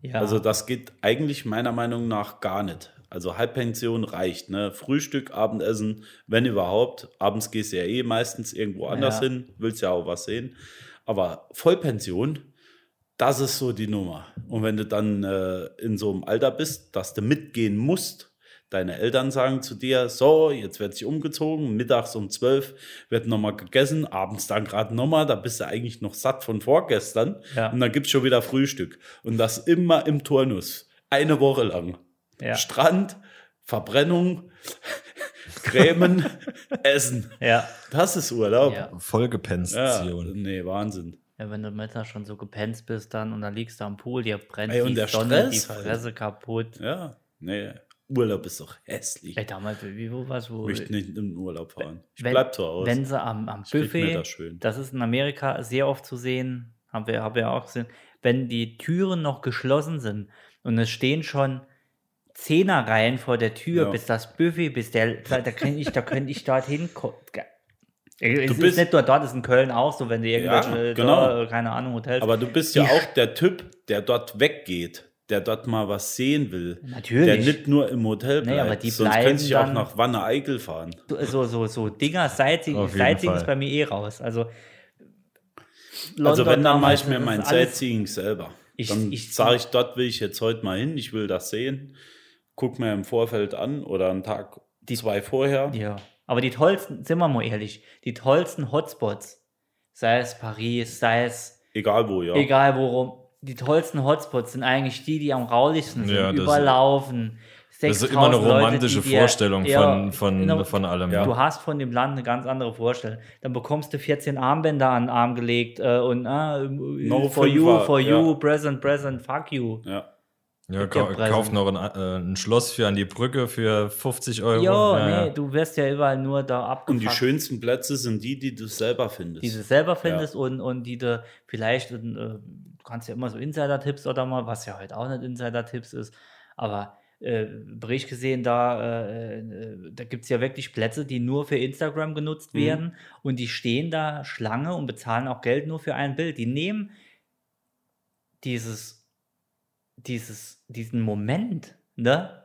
[SPEAKER 4] ja.
[SPEAKER 6] Also das geht eigentlich meiner Meinung nach gar nicht. Also Halbpension reicht, ne? Frühstück, Abendessen, wenn überhaupt. Abends gehst du ja eh meistens irgendwo anders
[SPEAKER 4] Ja.
[SPEAKER 6] hin, willst ja auch was sehen. Aber Vollpension, das ist so die Nummer. Und wenn du dann äh, in so einem Alter bist, dass du mitgehen musst, deine Eltern sagen zu dir, so, jetzt wird sich umgezogen, mittags um 12 wird nochmal gegessen, abends dann gerade nochmal, da bist du eigentlich noch satt von vorgestern.
[SPEAKER 4] Ja.
[SPEAKER 6] Und dann gibt es schon wieder Frühstück. Und das immer im Turnus. Eine Woche lang.
[SPEAKER 4] ja.
[SPEAKER 6] Strand, Verbrennung, Cremen, Essen.
[SPEAKER 4] ja.
[SPEAKER 6] Das ist Urlaub.
[SPEAKER 4] Ja.
[SPEAKER 6] Ja.
[SPEAKER 5] Vollgepenstion.
[SPEAKER 6] Nee, Wahnsinn.
[SPEAKER 4] Ja, wenn du mittags schon so gepennt bist dann und dann liegst du am Pool, dir brennt
[SPEAKER 6] Ey, und
[SPEAKER 4] die
[SPEAKER 6] der
[SPEAKER 4] Sonne, die
[SPEAKER 6] Stress halt.
[SPEAKER 4] Fresse kaputt.
[SPEAKER 6] Ja, nee. Urlaub ist doch hässlich.
[SPEAKER 4] Ey, damals, wie wo war's, wo
[SPEAKER 6] Ich möchte nicht in den Urlaub fahren. Ich
[SPEAKER 4] wenn,
[SPEAKER 6] bleib zu Hause.
[SPEAKER 4] Wenn sie am, am
[SPEAKER 6] Ich krieg mir
[SPEAKER 4] Buffet,
[SPEAKER 6] das schön.
[SPEAKER 4] das ist in Amerika sehr oft zu sehen, haben wir, haben wir auch gesehen, wenn die Türen noch geschlossen sind und es stehen schon Zehnerreihen vor der Tür,
[SPEAKER 6] Ja.
[SPEAKER 4] bis das Buffet, bis der, da, da könnte ich, da könnte ich dorthin ko- ge- Es ist
[SPEAKER 6] bist-
[SPEAKER 4] nicht nur dort, es ist in Köln auch so, wenn du irgendwelche,
[SPEAKER 6] Ja, genau.
[SPEAKER 4] da, keine Ahnung, Hotels.
[SPEAKER 6] Aber du bist ja
[SPEAKER 4] Die-
[SPEAKER 6] auch der Typ, der dort weggeht, der dort mal was sehen will.
[SPEAKER 4] Natürlich.
[SPEAKER 6] Der nicht nur im Hotel
[SPEAKER 4] Nee,
[SPEAKER 6] bleibt.
[SPEAKER 4] aber die
[SPEAKER 6] Sonst
[SPEAKER 4] bleiben
[SPEAKER 6] könnte ich auch
[SPEAKER 4] dann-
[SPEAKER 6] nach Wanne Eickel fahren.
[SPEAKER 4] so, so, so, so Dinger, Sightseeing,
[SPEAKER 5] Auf jeden
[SPEAKER 4] Sightseeing ist
[SPEAKER 5] Fall.
[SPEAKER 4] bei mir eh raus. Also,
[SPEAKER 6] Also
[SPEAKER 4] London
[SPEAKER 6] wenn, dann mache
[SPEAKER 4] damals,
[SPEAKER 6] ich mir
[SPEAKER 4] das
[SPEAKER 6] mein
[SPEAKER 4] ist alles-
[SPEAKER 6] Sightseeing selber.
[SPEAKER 4] Ich-
[SPEAKER 6] dann
[SPEAKER 4] ich-
[SPEAKER 6] sage ich, dort will ich jetzt heute mal hin, ich will das sehen. Guck mir im Vorfeld an oder einen Tag, die zwei vorher.
[SPEAKER 4] Ja, aber die tollsten, sind wir mal ehrlich, die tollsten Hotspots, sei es Paris, sei es
[SPEAKER 6] Egal wo, ja.
[SPEAKER 4] egal worum, die tollsten Hotspots sind eigentlich die, die am rauligsten sind,
[SPEAKER 5] Ja, das-
[SPEAKER 4] überlaufen.
[SPEAKER 5] Das ist immer eine
[SPEAKER 4] 6000 Leute,
[SPEAKER 5] romantische
[SPEAKER 4] die dir-
[SPEAKER 5] Vorstellung
[SPEAKER 4] ja,
[SPEAKER 5] von, von,
[SPEAKER 4] genau.
[SPEAKER 5] von allem.
[SPEAKER 4] Du hast von dem Land eine ganz andere Vorstellung. Dann bekommst du 14 Armbänder an den Arm gelegt äh, und ah,
[SPEAKER 6] No
[SPEAKER 4] for you,
[SPEAKER 6] Fünfer,
[SPEAKER 4] for you,
[SPEAKER 6] ja.
[SPEAKER 4] present, present, fuck you.
[SPEAKER 6] ja.
[SPEAKER 5] Ja,
[SPEAKER 4] Mit der
[SPEAKER 5] kau
[SPEAKER 4] Preise.
[SPEAKER 5] kauft noch ein, äh, ein Schloss für an die Brücke für 50 Euro.
[SPEAKER 4] Jo,
[SPEAKER 5] ja,
[SPEAKER 4] nee,
[SPEAKER 5] ja.
[SPEAKER 4] du wirst ja überall nur da abgefuckt.
[SPEAKER 6] Und die schönsten Plätze sind die, die du selber findest.
[SPEAKER 4] die du selber findest und, und die du vielleicht, in, äh, du kannst ja immer so Insider-Tipps oder mal, was ja heute auch nicht Insider-Tipps ist, aber äh, Bericht gesehen, da, äh, äh, da gibt es ja wirklich Plätze, die nur für Instagram genutzt
[SPEAKER 6] Mhm.
[SPEAKER 4] werden und die stehen da Schlange und bezahlen auch Geld nur für ein Bild. Die nehmen dieses, dieses, diesen Moment, ne,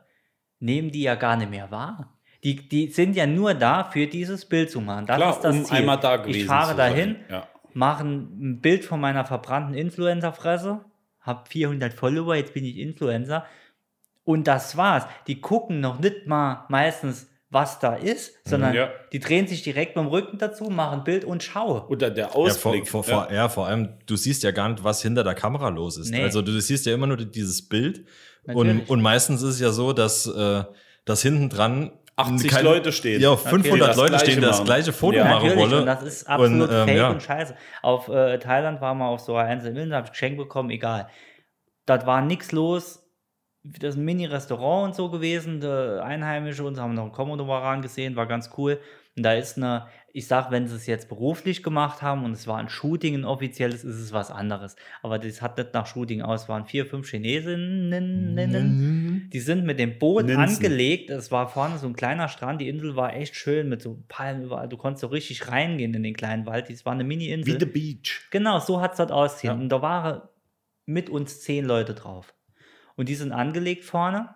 [SPEAKER 4] nehmen die ja gar nicht mehr wahr. Die, die sind ja nur da, für dieses Bild zu machen. Das
[SPEAKER 6] Klar,
[SPEAKER 4] ist das
[SPEAKER 6] um
[SPEAKER 4] Ziel.
[SPEAKER 6] einmal da gewesen
[SPEAKER 4] ich fahre
[SPEAKER 6] zu sein.
[SPEAKER 4] dahin,
[SPEAKER 6] Ja.
[SPEAKER 4] mache ein ein Bild von meiner verbrannten Influencer-Fresse, habe 400 Follower, jetzt bin ich Influencer. Und das war's. Die gucken noch nicht mal meistens, was da ist, sondern
[SPEAKER 6] Ja.
[SPEAKER 4] die drehen sich direkt mit dem Rücken dazu, machen ein Bild und schaue.
[SPEAKER 6] Oder der
[SPEAKER 5] Ja, vor,
[SPEAKER 6] Ausblick. ne?
[SPEAKER 5] vor,
[SPEAKER 6] ja.
[SPEAKER 5] vor, ja, vor allem, du siehst ja gar nicht, was hinter der Kamera los ist.
[SPEAKER 4] Nee.
[SPEAKER 5] Also du siehst ja immer nur die- dieses Bild. Und,
[SPEAKER 4] Natürlich.
[SPEAKER 5] und meistens ist es ja so, dass, äh, dass hinten dran
[SPEAKER 6] 80
[SPEAKER 5] keine-
[SPEAKER 6] Leute stehen.
[SPEAKER 5] Ja, 500
[SPEAKER 6] das
[SPEAKER 5] Leute
[SPEAKER 6] Gleiche
[SPEAKER 5] stehen, die das
[SPEAKER 6] machen.
[SPEAKER 5] gleiche Foto
[SPEAKER 6] Ja.
[SPEAKER 5] machen
[SPEAKER 4] Natürlich,
[SPEAKER 5] wollen.
[SPEAKER 4] und das ist absolut
[SPEAKER 5] Und, ähm,
[SPEAKER 4] fake
[SPEAKER 5] ja.
[SPEAKER 4] und scheiße. Auf äh, Thailand waren wir auf so einer einzelnen Insel, hab ich geschenkt bekommen, egal. Das war nichts los. Das ist ein Mini-Restaurant und so gewesen. Die Einheimische uns haben noch einen Komodowaran gesehen, war ganz cool. Und da ist eine, ich sag, wenn sie es jetzt beruflich gemacht haben und es war ein Shooting, ein offizielles, ist es was anderes. Aber das hat nicht nach Shooting aus, es waren vier, fünf Chinesinnen. Die sind mit dem Boot
[SPEAKER 6] Linsen.
[SPEAKER 4] angelegt. Es war vorne so ein kleiner Strand. Die Insel war echt schön mit so Palmen überall. Du konntest so richtig reingehen in den kleinen Wald. Es war eine
[SPEAKER 6] Wie
[SPEAKER 4] Mini-Insel.
[SPEAKER 6] The Beach.
[SPEAKER 4] Genau, so hat es dort ausgesehen.
[SPEAKER 6] Ja.
[SPEAKER 4] Und da waren mit uns zehn Leute drauf. Und die sind angelegt vorne,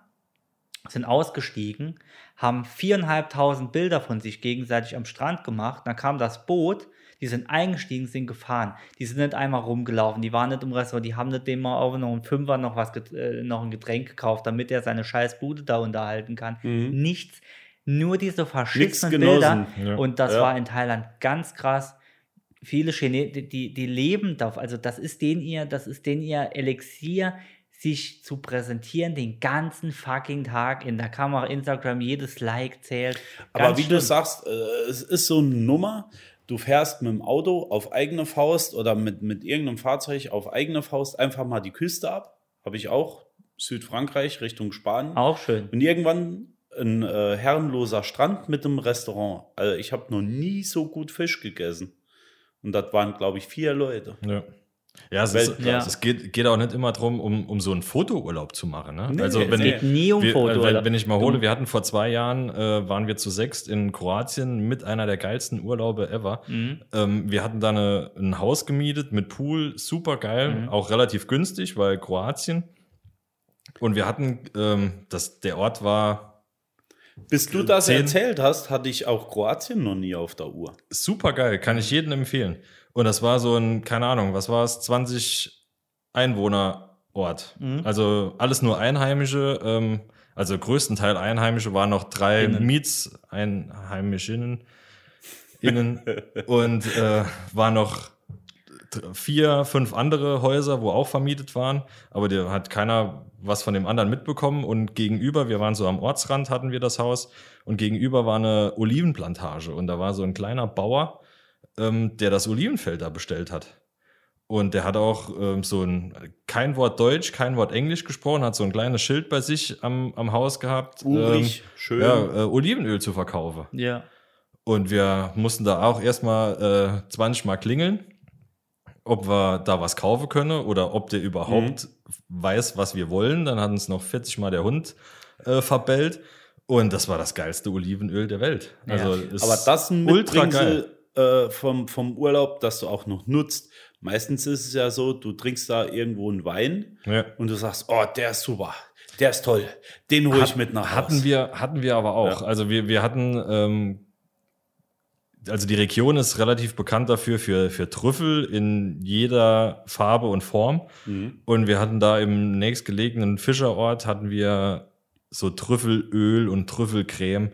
[SPEAKER 4] sind ausgestiegen, haben viereinhalbtausend Bilder von sich gegenseitig am Strand gemacht. Dann kam das Boot, die sind eingestiegen, sind gefahren. Die sind nicht einmal rumgelaufen, die waren nicht im Restaurant, die haben nicht dem mal auch noch einen Fünfer noch, was, get- äh, noch ein Getränk gekauft, damit er seine scheiß Bude da unterhalten kann.
[SPEAKER 6] Mhm.
[SPEAKER 4] Nichts, nur diese verschissenen Bilder.
[SPEAKER 6] genossen.
[SPEAKER 5] Ja.
[SPEAKER 4] Und das
[SPEAKER 6] Ja.
[SPEAKER 4] war in Thailand ganz krass. Viele Chinesen, die- die, die leben davon. Also das ist denen ihr, das ist denen ihr Elixier, sich zu präsentieren den ganzen fucking Tag in der Kamera, Instagram, jedes Like zählt.
[SPEAKER 6] Aber
[SPEAKER 4] Ganz
[SPEAKER 6] wie
[SPEAKER 4] schlimm.
[SPEAKER 6] du sagst, äh, es ist so eine Nummer. Du fährst mit dem Auto auf eigene Faust oder mit, mit irgendeinem Fahrzeug auf eigene Faust einfach mal die Küste ab. Habe ich auch. Südfrankreich Richtung Spanien.
[SPEAKER 4] Auch schön.
[SPEAKER 6] Und irgendwann ein äh, herrenloser Strand mit einem Restaurant. Also ich habe noch nie so gut Fisch gegessen. Und das waren, glaube ich, vier Leute.
[SPEAKER 5] Ja. Ja, es, ist,
[SPEAKER 4] Ja.
[SPEAKER 5] es geht, geht auch nicht immer darum, um, um so einen Fotourlaub zu machen. Ne?
[SPEAKER 6] Nee,
[SPEAKER 5] also,
[SPEAKER 6] es
[SPEAKER 5] wenn,
[SPEAKER 4] Es geht nie um
[SPEAKER 5] wir,
[SPEAKER 4] Foto.
[SPEAKER 6] also
[SPEAKER 5] äh, wenn,
[SPEAKER 4] oder?
[SPEAKER 5] wenn ich mal hole, wir hatten vor zwei Jahren, äh, waren wir zu sechst in Kroatien mit einer der geilsten Urlaube ever.
[SPEAKER 4] Mhm.
[SPEAKER 5] Ähm, wir hatten da eine, ein Haus gemietet mit Pool, super geil,
[SPEAKER 4] Mhm.
[SPEAKER 5] auch relativ günstig, weil Kroatien. Und wir hatten, ähm, das, der Ort war
[SPEAKER 6] Bis du das
[SPEAKER 5] Zehn.
[SPEAKER 6] erzählt hast, hatte ich auch Kroatien noch nie auf der Uhr.
[SPEAKER 5] super geil, kann ich jedem empfehlen. Und das war so ein, keine Ahnung, was war es, 20 Einwohner-Ort.
[SPEAKER 4] Mhm.
[SPEAKER 5] Also alles nur Einheimische, ähm, also größtenteil Einheimische waren noch drei
[SPEAKER 4] Innen.
[SPEAKER 5] Miets, Einheimisch*innen innen und äh, waren noch d- vier, fünf andere Häuser, wo auch vermietet waren, aber da hat keiner was von dem anderen mitbekommen und gegenüber, wir waren so am Ortsrand, hatten wir das Haus und gegenüber war eine Olivenplantage und da war so ein kleiner Bauer, ähm, der das Olivenfeld da bestellt hat. Und der hat auch ähm, so ein, kein Wort Deutsch, kein Wort Englisch gesprochen, hat so ein kleines Schild bei sich am, am Haus gehabt,
[SPEAKER 6] Urig,
[SPEAKER 5] ähm,
[SPEAKER 6] schön.
[SPEAKER 5] ja, äh, Olivenöl zu verkaufen.
[SPEAKER 4] Ja.
[SPEAKER 5] Und wir mussten da auch erstmal äh, 20 Mal klingeln, ob wir da was kaufen können oder ob der überhaupt
[SPEAKER 6] Mhm.
[SPEAKER 5] weiß, was wir wollen. Dann hat uns noch 40 Mal der Hund äh, verbellt. Und das war das geilste Olivenöl der Welt.
[SPEAKER 4] Ja.
[SPEAKER 5] Also ist
[SPEAKER 6] Aber das ist ein
[SPEAKER 5] ultra geil.
[SPEAKER 6] Mitbringsel äh, vom, vom Urlaub, das du auch noch nutzt. Meistens ist es ja so, du trinkst da irgendwo einen Wein
[SPEAKER 5] Ja.
[SPEAKER 6] und du sagst, oh, der ist super, der ist toll, den hole ich
[SPEAKER 5] Hat-
[SPEAKER 6] mit nach Hause.
[SPEAKER 5] Hatten wir, hatten wir aber auch.
[SPEAKER 6] Ja.
[SPEAKER 5] Also wir, wir hatten, ähm, also die Region ist relativ bekannt dafür, für, für Trüffel in jeder Farbe und Form.
[SPEAKER 6] Mhm.
[SPEAKER 5] Und wir hatten da im nächstgelegenen Fischerort, hatten wir so Trüffelöl und Trüffelcreme.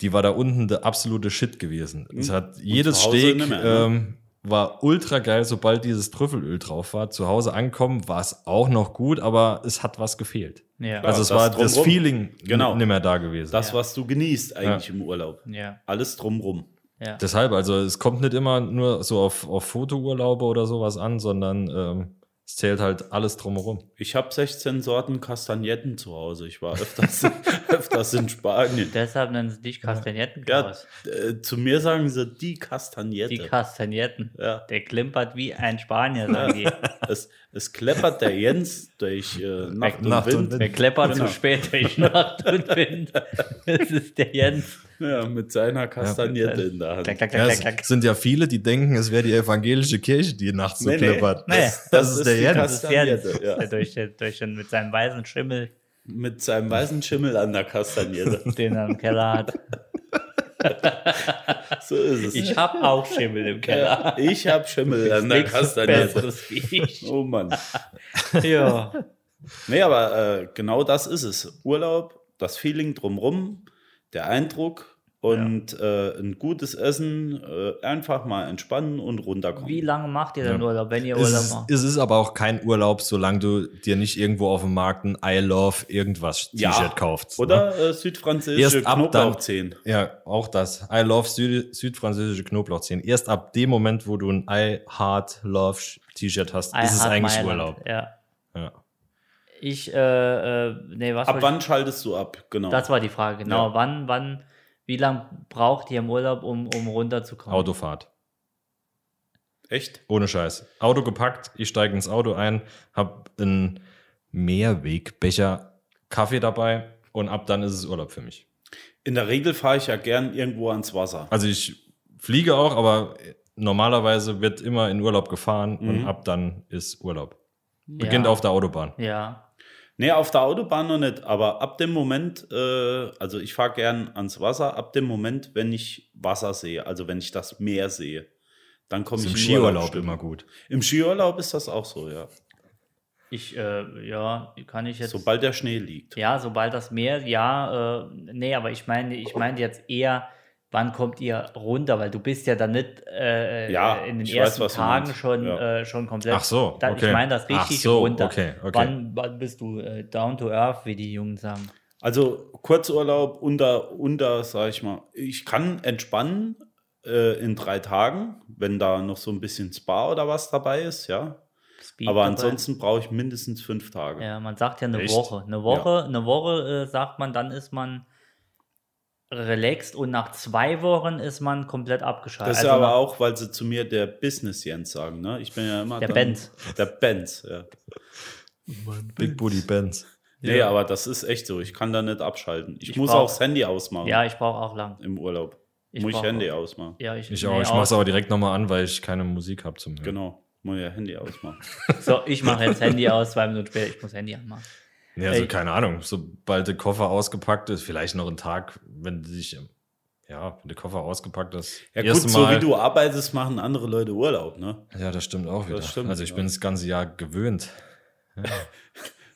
[SPEAKER 5] Die war da unten der absolute Shit gewesen. Es hat jedes
[SPEAKER 6] Hm. zu Hause
[SPEAKER 5] Steak
[SPEAKER 6] nimmer, ne?
[SPEAKER 5] ähm, war ultra geil, sobald dieses Trüffelöl drauf war. Zu Hause ankommen war es auch noch gut, aber es hat was gefehlt.
[SPEAKER 4] Ja.
[SPEAKER 5] also es
[SPEAKER 6] das
[SPEAKER 5] war das
[SPEAKER 6] drumrum.
[SPEAKER 5] Feeling
[SPEAKER 6] Genau.
[SPEAKER 5] nicht mehr da gewesen.
[SPEAKER 6] Das,
[SPEAKER 4] Ja.
[SPEAKER 6] was du genießt eigentlich im Urlaub.
[SPEAKER 4] ja.
[SPEAKER 6] Alles drumrum.
[SPEAKER 4] ja.
[SPEAKER 5] Deshalb, also es kommt nicht immer nur so auf, auf Fotourlaube oder sowas an, sondern ähm, es zählt halt alles drumherum.
[SPEAKER 6] Ich habe 16 Sorten Kastagnetten zu Hause. Ich war öfters, öfters in Spanien.
[SPEAKER 4] Deshalb nennen sie dich Kastagnetten.
[SPEAKER 6] Ja,
[SPEAKER 4] Klaus.
[SPEAKER 6] äh, zu mir sagen sie die Kastagnette.
[SPEAKER 4] Die Kastagnetten.
[SPEAKER 6] ja,
[SPEAKER 4] Der klimpert wie ein Spanier, sagen die.
[SPEAKER 6] es, es kleppert der Jens durch äh, Nacht, und
[SPEAKER 5] Nacht und
[SPEAKER 6] Wind.
[SPEAKER 5] Wind.
[SPEAKER 4] Der kleppert
[SPEAKER 6] Genau.
[SPEAKER 4] zu spät durch Nacht und Wind. Das ist der Jens.
[SPEAKER 6] Ja, mit seiner Kastagnette in der Hand.
[SPEAKER 4] Klack, klack,
[SPEAKER 5] Ja,
[SPEAKER 4] klack,
[SPEAKER 5] es
[SPEAKER 4] klack, klack.
[SPEAKER 5] sind ja viele, die denken, es wäre die evangelische Kirche, die nachts so
[SPEAKER 6] Nee, nee.
[SPEAKER 5] klippert.
[SPEAKER 4] Nee,
[SPEAKER 5] Das, das ist der
[SPEAKER 6] die
[SPEAKER 5] Jens.
[SPEAKER 4] Das ist Jens.
[SPEAKER 6] Kastagnette,
[SPEAKER 4] Der
[SPEAKER 6] ja.
[SPEAKER 4] durch, den- durch den, mit seinem weißen Schimmel,
[SPEAKER 6] Mit seinem weißen Schimmel an der Kastagnette.
[SPEAKER 4] den er im Keller hat.
[SPEAKER 6] So ist es.
[SPEAKER 4] Ich habe auch Schimmel im Keller.
[SPEAKER 6] ja, ich habe Schimmel an der
[SPEAKER 4] Nichts
[SPEAKER 6] Kastagnette.
[SPEAKER 4] Besseres wie ich.
[SPEAKER 6] Oh Mann.
[SPEAKER 4] Ja.
[SPEAKER 6] Nee, aber äh, genau das ist es. Urlaub, das Feeling drumrum, der Eindruck, Und äh, ein gutes Essen, äh, einfach mal entspannen und runterkommen.
[SPEAKER 4] Wie lange macht ihr denn
[SPEAKER 5] Ja.
[SPEAKER 4] Urlaub, wenn ihr
[SPEAKER 5] Es
[SPEAKER 4] Urlaub
[SPEAKER 5] ist,
[SPEAKER 4] macht?
[SPEAKER 5] es ist aber auch kein Urlaub, solange du dir nicht irgendwo auf dem Markt ein I love irgendwas T-Shirt kaufst. Ne?
[SPEAKER 6] Oder äh, südfranzösische
[SPEAKER 5] Erst ab dann-
[SPEAKER 6] Knoblauchzehen.
[SPEAKER 5] Ja, auch das. I love Süd südfranzösische Knoblauchzehen. Erst ab dem Moment, wo du ein I heart love T-Shirt hast,
[SPEAKER 4] I
[SPEAKER 5] ist es
[SPEAKER 4] hate
[SPEAKER 5] eigentlich
[SPEAKER 4] Mailand,
[SPEAKER 5] Urlaub.
[SPEAKER 4] Ja.
[SPEAKER 5] Ja.
[SPEAKER 4] Ich, äh, äh, nee, was
[SPEAKER 6] Ab
[SPEAKER 4] wollte
[SPEAKER 6] wann schaltest du ab? Genau.
[SPEAKER 4] ich, Das war die Frage, genau.
[SPEAKER 6] Ja.
[SPEAKER 4] Wann, wann, wie lange braucht ihr im Urlaub, um, um runterzukommen?
[SPEAKER 5] Autofahrt.
[SPEAKER 6] Echt?
[SPEAKER 5] Ohne Scheiß. Auto gepackt, ich steige ins Auto ein, habe einen Mehrwegbecher Kaffee dabei und ab dann ist es Urlaub für mich.
[SPEAKER 6] In der Regel fahre ich ja gern irgendwo ans Wasser.
[SPEAKER 5] Also ich fliege auch, aber normalerweise wird immer in Urlaub gefahren
[SPEAKER 6] Mhm.
[SPEAKER 5] und ab dann ist Urlaub. Beginnt
[SPEAKER 4] ja.
[SPEAKER 5] auf der Autobahn.
[SPEAKER 4] Ja.
[SPEAKER 6] Nee, auf der Autobahn noch nicht, aber ab dem Moment, äh, also ich fahre gern ans Wasser, ab dem Moment, wenn ich Wasser sehe, also wenn ich das Meer sehe, dann komme
[SPEAKER 5] Ist
[SPEAKER 6] ich
[SPEAKER 5] im
[SPEAKER 6] in
[SPEAKER 5] Skiurlaub
[SPEAKER 6] Urlaubsstimmung.
[SPEAKER 5] immer gut.
[SPEAKER 6] Im Skiurlaub ist das auch so, ja.
[SPEAKER 4] Ich, äh, ja, kann ich jetzt.
[SPEAKER 6] Sobald der Schnee liegt.
[SPEAKER 4] Ja, sobald das Meer, ja, äh, nee, aber ich meine, ich meine jetzt eher, wann kommt ihr runter, weil du bist ja dann nicht äh,
[SPEAKER 6] Ja,
[SPEAKER 4] in den
[SPEAKER 6] ich weiß,
[SPEAKER 4] ersten
[SPEAKER 6] was du
[SPEAKER 4] Tagen
[SPEAKER 6] meinst.
[SPEAKER 4] schon,
[SPEAKER 6] Ja.
[SPEAKER 4] äh, schon komplett.
[SPEAKER 5] Ach so,
[SPEAKER 4] Da-
[SPEAKER 5] okay.
[SPEAKER 4] Ich meine das
[SPEAKER 5] Ach
[SPEAKER 4] richtig
[SPEAKER 5] so,
[SPEAKER 4] runter.
[SPEAKER 5] okay, okay.
[SPEAKER 4] Wann, wann bist du äh, down to earth, wie die Jungen sagen?
[SPEAKER 6] Also Kurzurlaub unter, unter, sag ich mal, ich kann entspannen äh, in drei Tagen, wenn da noch so ein bisschen Spa oder was dabei ist, ja.
[SPEAKER 4] Speed
[SPEAKER 6] Aber
[SPEAKER 4] dabei?
[SPEAKER 6] ansonsten brauche ich mindestens fünf Tage.
[SPEAKER 4] Ja, man sagt ja eine
[SPEAKER 5] Echt?
[SPEAKER 4] Woche. Eine Woche, eine Woche äh, sagt man, dann ist man relaxed und nach zwei Wochen ist man komplett abgeschaltet.
[SPEAKER 6] Das ist
[SPEAKER 4] Also
[SPEAKER 6] aber
[SPEAKER 4] nach-
[SPEAKER 6] auch, weil sie zu mir der Business Jens sagen, ne? Ich bin ja immer
[SPEAKER 4] Der
[SPEAKER 6] dann-
[SPEAKER 4] Benz.
[SPEAKER 6] Der Benz, ja.
[SPEAKER 5] Big Booty Bands.
[SPEAKER 6] Nee, aber das ist echt so. Ich kann da nicht abschalten. Ich,
[SPEAKER 4] Ich
[SPEAKER 6] muss
[SPEAKER 4] brauch-
[SPEAKER 6] auch das Handy ausmachen
[SPEAKER 4] Ja, ich brauche auch lang.
[SPEAKER 6] im Urlaub.
[SPEAKER 4] Ich
[SPEAKER 6] muss ich
[SPEAKER 4] brauch-
[SPEAKER 6] Handy ausmachen.
[SPEAKER 4] Ja, ich,
[SPEAKER 5] Ich
[SPEAKER 4] nee,
[SPEAKER 5] auch. ich mach's aber direkt nochmal an, weil ich keine Musik habe zum Hören.
[SPEAKER 6] Genau. Muss ja Handy ausmachen.
[SPEAKER 4] So, ich mache jetzt Handy aus, zwei Minuten später, ich muss Handy anmachen.
[SPEAKER 5] Ja, also
[SPEAKER 4] Ey.
[SPEAKER 5] keine Ahnung. Sobald der Koffer ausgepackt ist, vielleicht noch ein Tag, wenn du dich, ja, wenn der Koffer ausgepackt ist.
[SPEAKER 6] Ja, gut,
[SPEAKER 5] erste
[SPEAKER 6] so wie
[SPEAKER 5] Mal-
[SPEAKER 6] du arbeitest, machen andere Leute Urlaub, ne?
[SPEAKER 5] Ja, das stimmt auch wieder.
[SPEAKER 6] stimmt,
[SPEAKER 5] also ich
[SPEAKER 6] ja.
[SPEAKER 5] bin das ganze Jahr gewöhnt.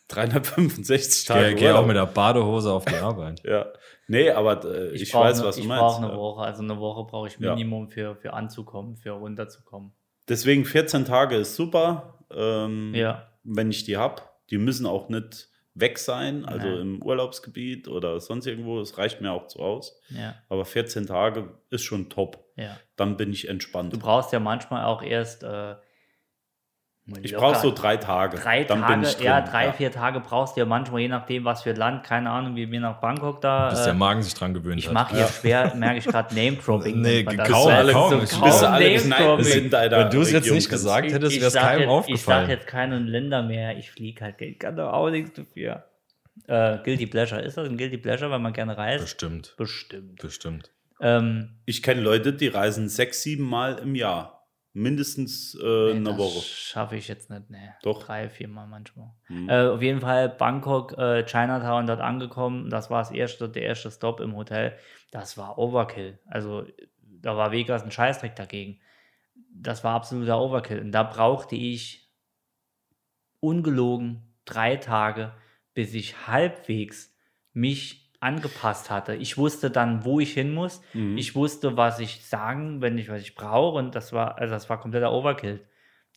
[SPEAKER 6] 365 Tage.
[SPEAKER 5] Gehe geh auch
[SPEAKER 6] Urlaub.
[SPEAKER 5] mit der Badehose auf die Arbeit.
[SPEAKER 6] Ja. Nee, aber äh, ich,
[SPEAKER 4] brauch
[SPEAKER 6] weiß,
[SPEAKER 4] ne-
[SPEAKER 6] was du
[SPEAKER 4] ich
[SPEAKER 6] meinst.
[SPEAKER 4] brauche eine
[SPEAKER 6] ja.
[SPEAKER 4] Woche, also eine Woche brauche ich
[SPEAKER 6] Ja.
[SPEAKER 4] Minimum für, für anzukommen, für runterzukommen.
[SPEAKER 6] Deswegen 14 Tage ist super, ähm,
[SPEAKER 4] Ja.
[SPEAKER 6] wenn ich die habe. Die müssen auch nicht weg sein, also
[SPEAKER 4] Nein.
[SPEAKER 6] im Urlaubsgebiet oder sonst irgendwo. Das reicht mir auch so aus.
[SPEAKER 4] Ja,
[SPEAKER 6] Aber 14 Tage ist schon top.
[SPEAKER 4] ja.
[SPEAKER 6] Dann bin ich entspannt.
[SPEAKER 4] Du brauchst ja manchmal auch erst. Äh,
[SPEAKER 6] ich
[SPEAKER 4] locker
[SPEAKER 6] brauche so drei Tage.
[SPEAKER 4] drei
[SPEAKER 6] dann
[SPEAKER 4] Tage,
[SPEAKER 6] bin ich drin.
[SPEAKER 4] ja, drei, vier Tage brauchst du ja manchmal, je nachdem, was für Land, keine Ahnung, wie wir nach Bangkok da.
[SPEAKER 5] Bis
[SPEAKER 4] äh,
[SPEAKER 5] der Magen sich dran gewöhnt
[SPEAKER 4] ich
[SPEAKER 5] hat.
[SPEAKER 4] mache hier schwer, merke ich gerade Name-Dropping.
[SPEAKER 5] Nee,
[SPEAKER 4] nennt man das.
[SPEAKER 5] kaum,
[SPEAKER 4] Das ist
[SPEAKER 5] kaum.
[SPEAKER 4] so
[SPEAKER 5] Ich-
[SPEAKER 4] kaum
[SPEAKER 6] Bis alle
[SPEAKER 4] Name-Dropping.
[SPEAKER 6] Kneipen sind da in der
[SPEAKER 5] Wenn du's jetzt
[SPEAKER 6] Region
[SPEAKER 5] nicht
[SPEAKER 6] ganz-
[SPEAKER 5] gesagt hättest, wär's
[SPEAKER 4] sag
[SPEAKER 5] keinem
[SPEAKER 4] jetzt, Ich
[SPEAKER 5] aufgefallen.
[SPEAKER 4] sage jetzt keine Länder mehr, ich fliege halt, ich kann doch auch nichts dafür. Äh, Guilty Pleasure, ist das ein Guilty Pleasure, weil man gerne reist?
[SPEAKER 5] Bestimmt,
[SPEAKER 4] Bestimmt.
[SPEAKER 5] bestimmt.
[SPEAKER 4] Ähm,
[SPEAKER 6] Ich kenne Leute, die reisen sechs, sieben Mal im Jahr. Mindestens äh,
[SPEAKER 4] nee,
[SPEAKER 6] eine
[SPEAKER 4] das
[SPEAKER 6] Woche.
[SPEAKER 4] schaffe ich jetzt nicht, ne.
[SPEAKER 6] Doch.
[SPEAKER 4] Drei, vier Mal manchmal.
[SPEAKER 6] Mhm.
[SPEAKER 4] Äh, auf jeden Fall Bangkok, äh, Chinatown dort angekommen, das war das erste, der erste Stop im Hotel. Das war Overkill. Also da war Vegas ein Scheißdreck dagegen. Das war absoluter Overkill. Und da brauchte ich ungelogen drei Tage, bis ich halbwegs mich angepasst hatte. Ich wusste dann, wo ich hin muss.
[SPEAKER 6] Mhm.
[SPEAKER 4] Hm. Ich wusste, was ich sagen, wenn ich was ich brauche. Und das war, also das war kompletter Overkill.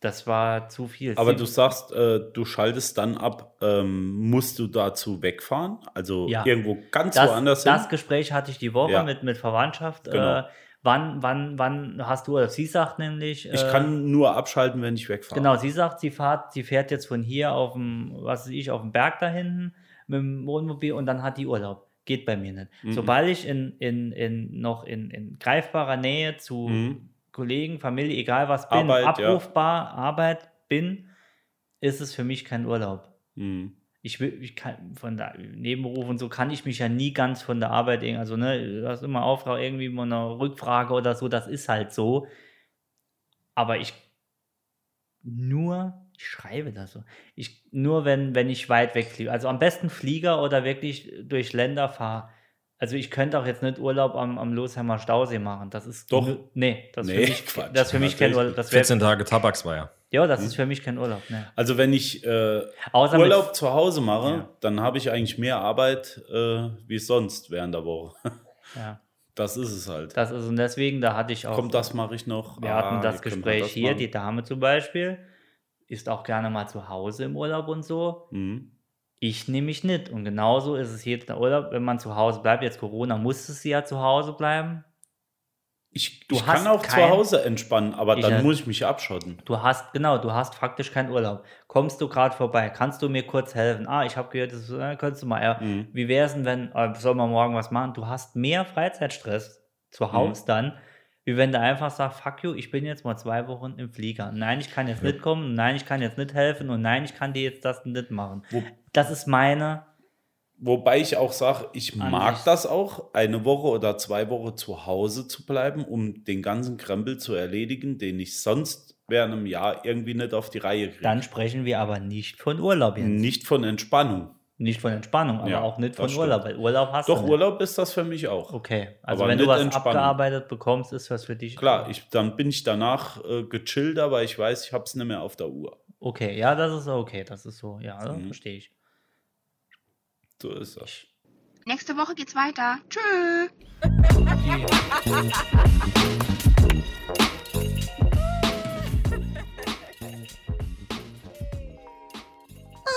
[SPEAKER 4] Das war zu viel.
[SPEAKER 6] Aber
[SPEAKER 4] Sie-
[SPEAKER 6] du sagst, äh, du schaltest dann ab, ähm, musst du dazu wegfahren? Also
[SPEAKER 4] Ja.
[SPEAKER 6] irgendwo ganz
[SPEAKER 4] das,
[SPEAKER 6] woanders
[SPEAKER 4] das
[SPEAKER 6] hin?
[SPEAKER 4] Gespräch hatte ich die Woche
[SPEAKER 6] Ja.
[SPEAKER 4] mit, mit Verwandtschaft.
[SPEAKER 6] Genau.
[SPEAKER 4] Äh, wann, wann, wann hast du, oder sie sagt nämlich,
[SPEAKER 6] Ich
[SPEAKER 4] äh,
[SPEAKER 6] kann nur abschalten, wenn ich wegfahre.
[SPEAKER 4] genau, sie sagt, sie fährt, sie fährt jetzt von hier auf dem, was weiß ich, auf dem Berg da hinten mit dem Wohnmobil und dann hat die Urlaub. Geht bei mir nicht.
[SPEAKER 6] Mhm.
[SPEAKER 4] Sobald ich in, in, in, noch in, in greifbarer Nähe zu
[SPEAKER 6] Mhm.
[SPEAKER 4] Kollegen, Familie, egal was bin,
[SPEAKER 6] Arbeit, ja.
[SPEAKER 4] abrufbar, Arbeit bin, ist es für mich kein Urlaub
[SPEAKER 6] Mhm.
[SPEAKER 4] ich will, ich kann von der Nebenberuf und so kann ich mich ja nie ganz von der Arbeit, irgendwie- also ne, du hast immer Auftrag irgendwie mal eine Rückfrage oder so, das ist halt so. Aber ich nur, ich schreibe das so, ich nur wenn, wenn ich weit wegfliege, also am besten Flieger oder wirklich durch Länder fahre. Also ich könnte auch jetzt nicht Urlaub am, am Losheimer Stausee machen. Das ist
[SPEAKER 6] Doch.
[SPEAKER 4] nee, das ist
[SPEAKER 6] Nee,
[SPEAKER 4] für mich,
[SPEAKER 6] Quatsch, Hm?
[SPEAKER 4] das ist für mich kein
[SPEAKER 6] natürlich.
[SPEAKER 4] Urlaub. Das wär,
[SPEAKER 5] 14 Tage Tabaksweier.
[SPEAKER 4] ja, das ist für mich kein Urlaub. Ne.
[SPEAKER 6] Also wenn ich äh,
[SPEAKER 4] Außer mit-
[SPEAKER 6] Urlaub zu Hause mache,
[SPEAKER 4] Ja.
[SPEAKER 6] dann habe ich eigentlich mehr Arbeit äh, wie sonst während der Woche.
[SPEAKER 4] Ja.
[SPEAKER 6] Das ist es halt.
[SPEAKER 4] Das ist und deswegen, da hatte ich auch.
[SPEAKER 6] Kommt, das mache ich noch.
[SPEAKER 4] Wir
[SPEAKER 6] Ah,
[SPEAKER 4] hatten das
[SPEAKER 6] können
[SPEAKER 4] Gespräch
[SPEAKER 6] das
[SPEAKER 4] hier,
[SPEAKER 6] machen.
[SPEAKER 4] die Dame zum Beispiel ist auch gerne mal zu Hause im Urlaub und so.
[SPEAKER 6] Mhm.
[SPEAKER 4] Ich nehme mich nicht. Und genauso ist es hier der Urlaub, wenn man zu Hause bleibt. Jetzt Corona musste sie ja zu Hause bleiben.
[SPEAKER 6] Ich,
[SPEAKER 4] Du
[SPEAKER 6] ich
[SPEAKER 4] hast
[SPEAKER 6] kann auch
[SPEAKER 4] kein-
[SPEAKER 6] zu Hause entspannen, aber
[SPEAKER 4] Ich
[SPEAKER 6] dann
[SPEAKER 4] halt-
[SPEAKER 6] muss ich mich abschotten.
[SPEAKER 4] Du hast, genau, du hast faktisch keinen Urlaub. Kommst du gerade vorbei? Kannst du mir kurz helfen? Ah, ich habe gehört, das äh, könntest du mal. Ja.
[SPEAKER 6] Mhm.
[SPEAKER 4] Wie wäre es denn, wenn, äh, sollen wir morgen was machen? Du hast mehr Freizeitstress
[SPEAKER 6] Mhm.
[SPEAKER 4] zu Hause dann, wie wenn du einfach sagst, fuck you, ich bin jetzt mal zwei Wochen im Flieger. Nein, ich kann jetzt nicht kommen, und nein, ich kann jetzt nicht helfen und nein, ich kann dir jetzt das nicht machen.
[SPEAKER 6] Wo-
[SPEAKER 4] Das ist meine,
[SPEAKER 6] Wobei ich auch sage, ich
[SPEAKER 4] An
[SPEAKER 6] mag
[SPEAKER 4] sich.
[SPEAKER 6] das auch, eine Woche oder zwei Wochen zu Hause zu bleiben, um den ganzen Krempel zu erledigen, den ich sonst während einem Jahr irgendwie nicht auf die Reihe kriege.
[SPEAKER 4] dann sprechen wir aber nicht von Urlaub jetzt.
[SPEAKER 6] Nicht von Entspannung.
[SPEAKER 4] Nicht von Entspannung, aber
[SPEAKER 6] Ja,
[SPEAKER 4] auch nicht
[SPEAKER 6] das
[SPEAKER 4] von
[SPEAKER 6] stimmt.
[SPEAKER 4] Urlaub, weil Urlaub hast du.
[SPEAKER 6] Doch,
[SPEAKER 4] nicht.
[SPEAKER 6] Urlaub ist das für mich auch.
[SPEAKER 4] ne. Okay, also
[SPEAKER 6] Aber
[SPEAKER 4] wenn du
[SPEAKER 6] nicht
[SPEAKER 4] was
[SPEAKER 6] Entspannung.
[SPEAKER 4] abgearbeitet bekommst, ist was für dich.
[SPEAKER 6] Klar, ich, dann bin ich danach äh, gechillt, aber ich weiß, ich habe es nicht mehr auf der Uhr.
[SPEAKER 4] Okay, ja, das ist okay, das ist so, ja, das
[SPEAKER 6] Mhm.
[SPEAKER 4] verstehe ich.
[SPEAKER 6] So ist das.
[SPEAKER 7] Nächste Woche geht's weiter. Tschüss.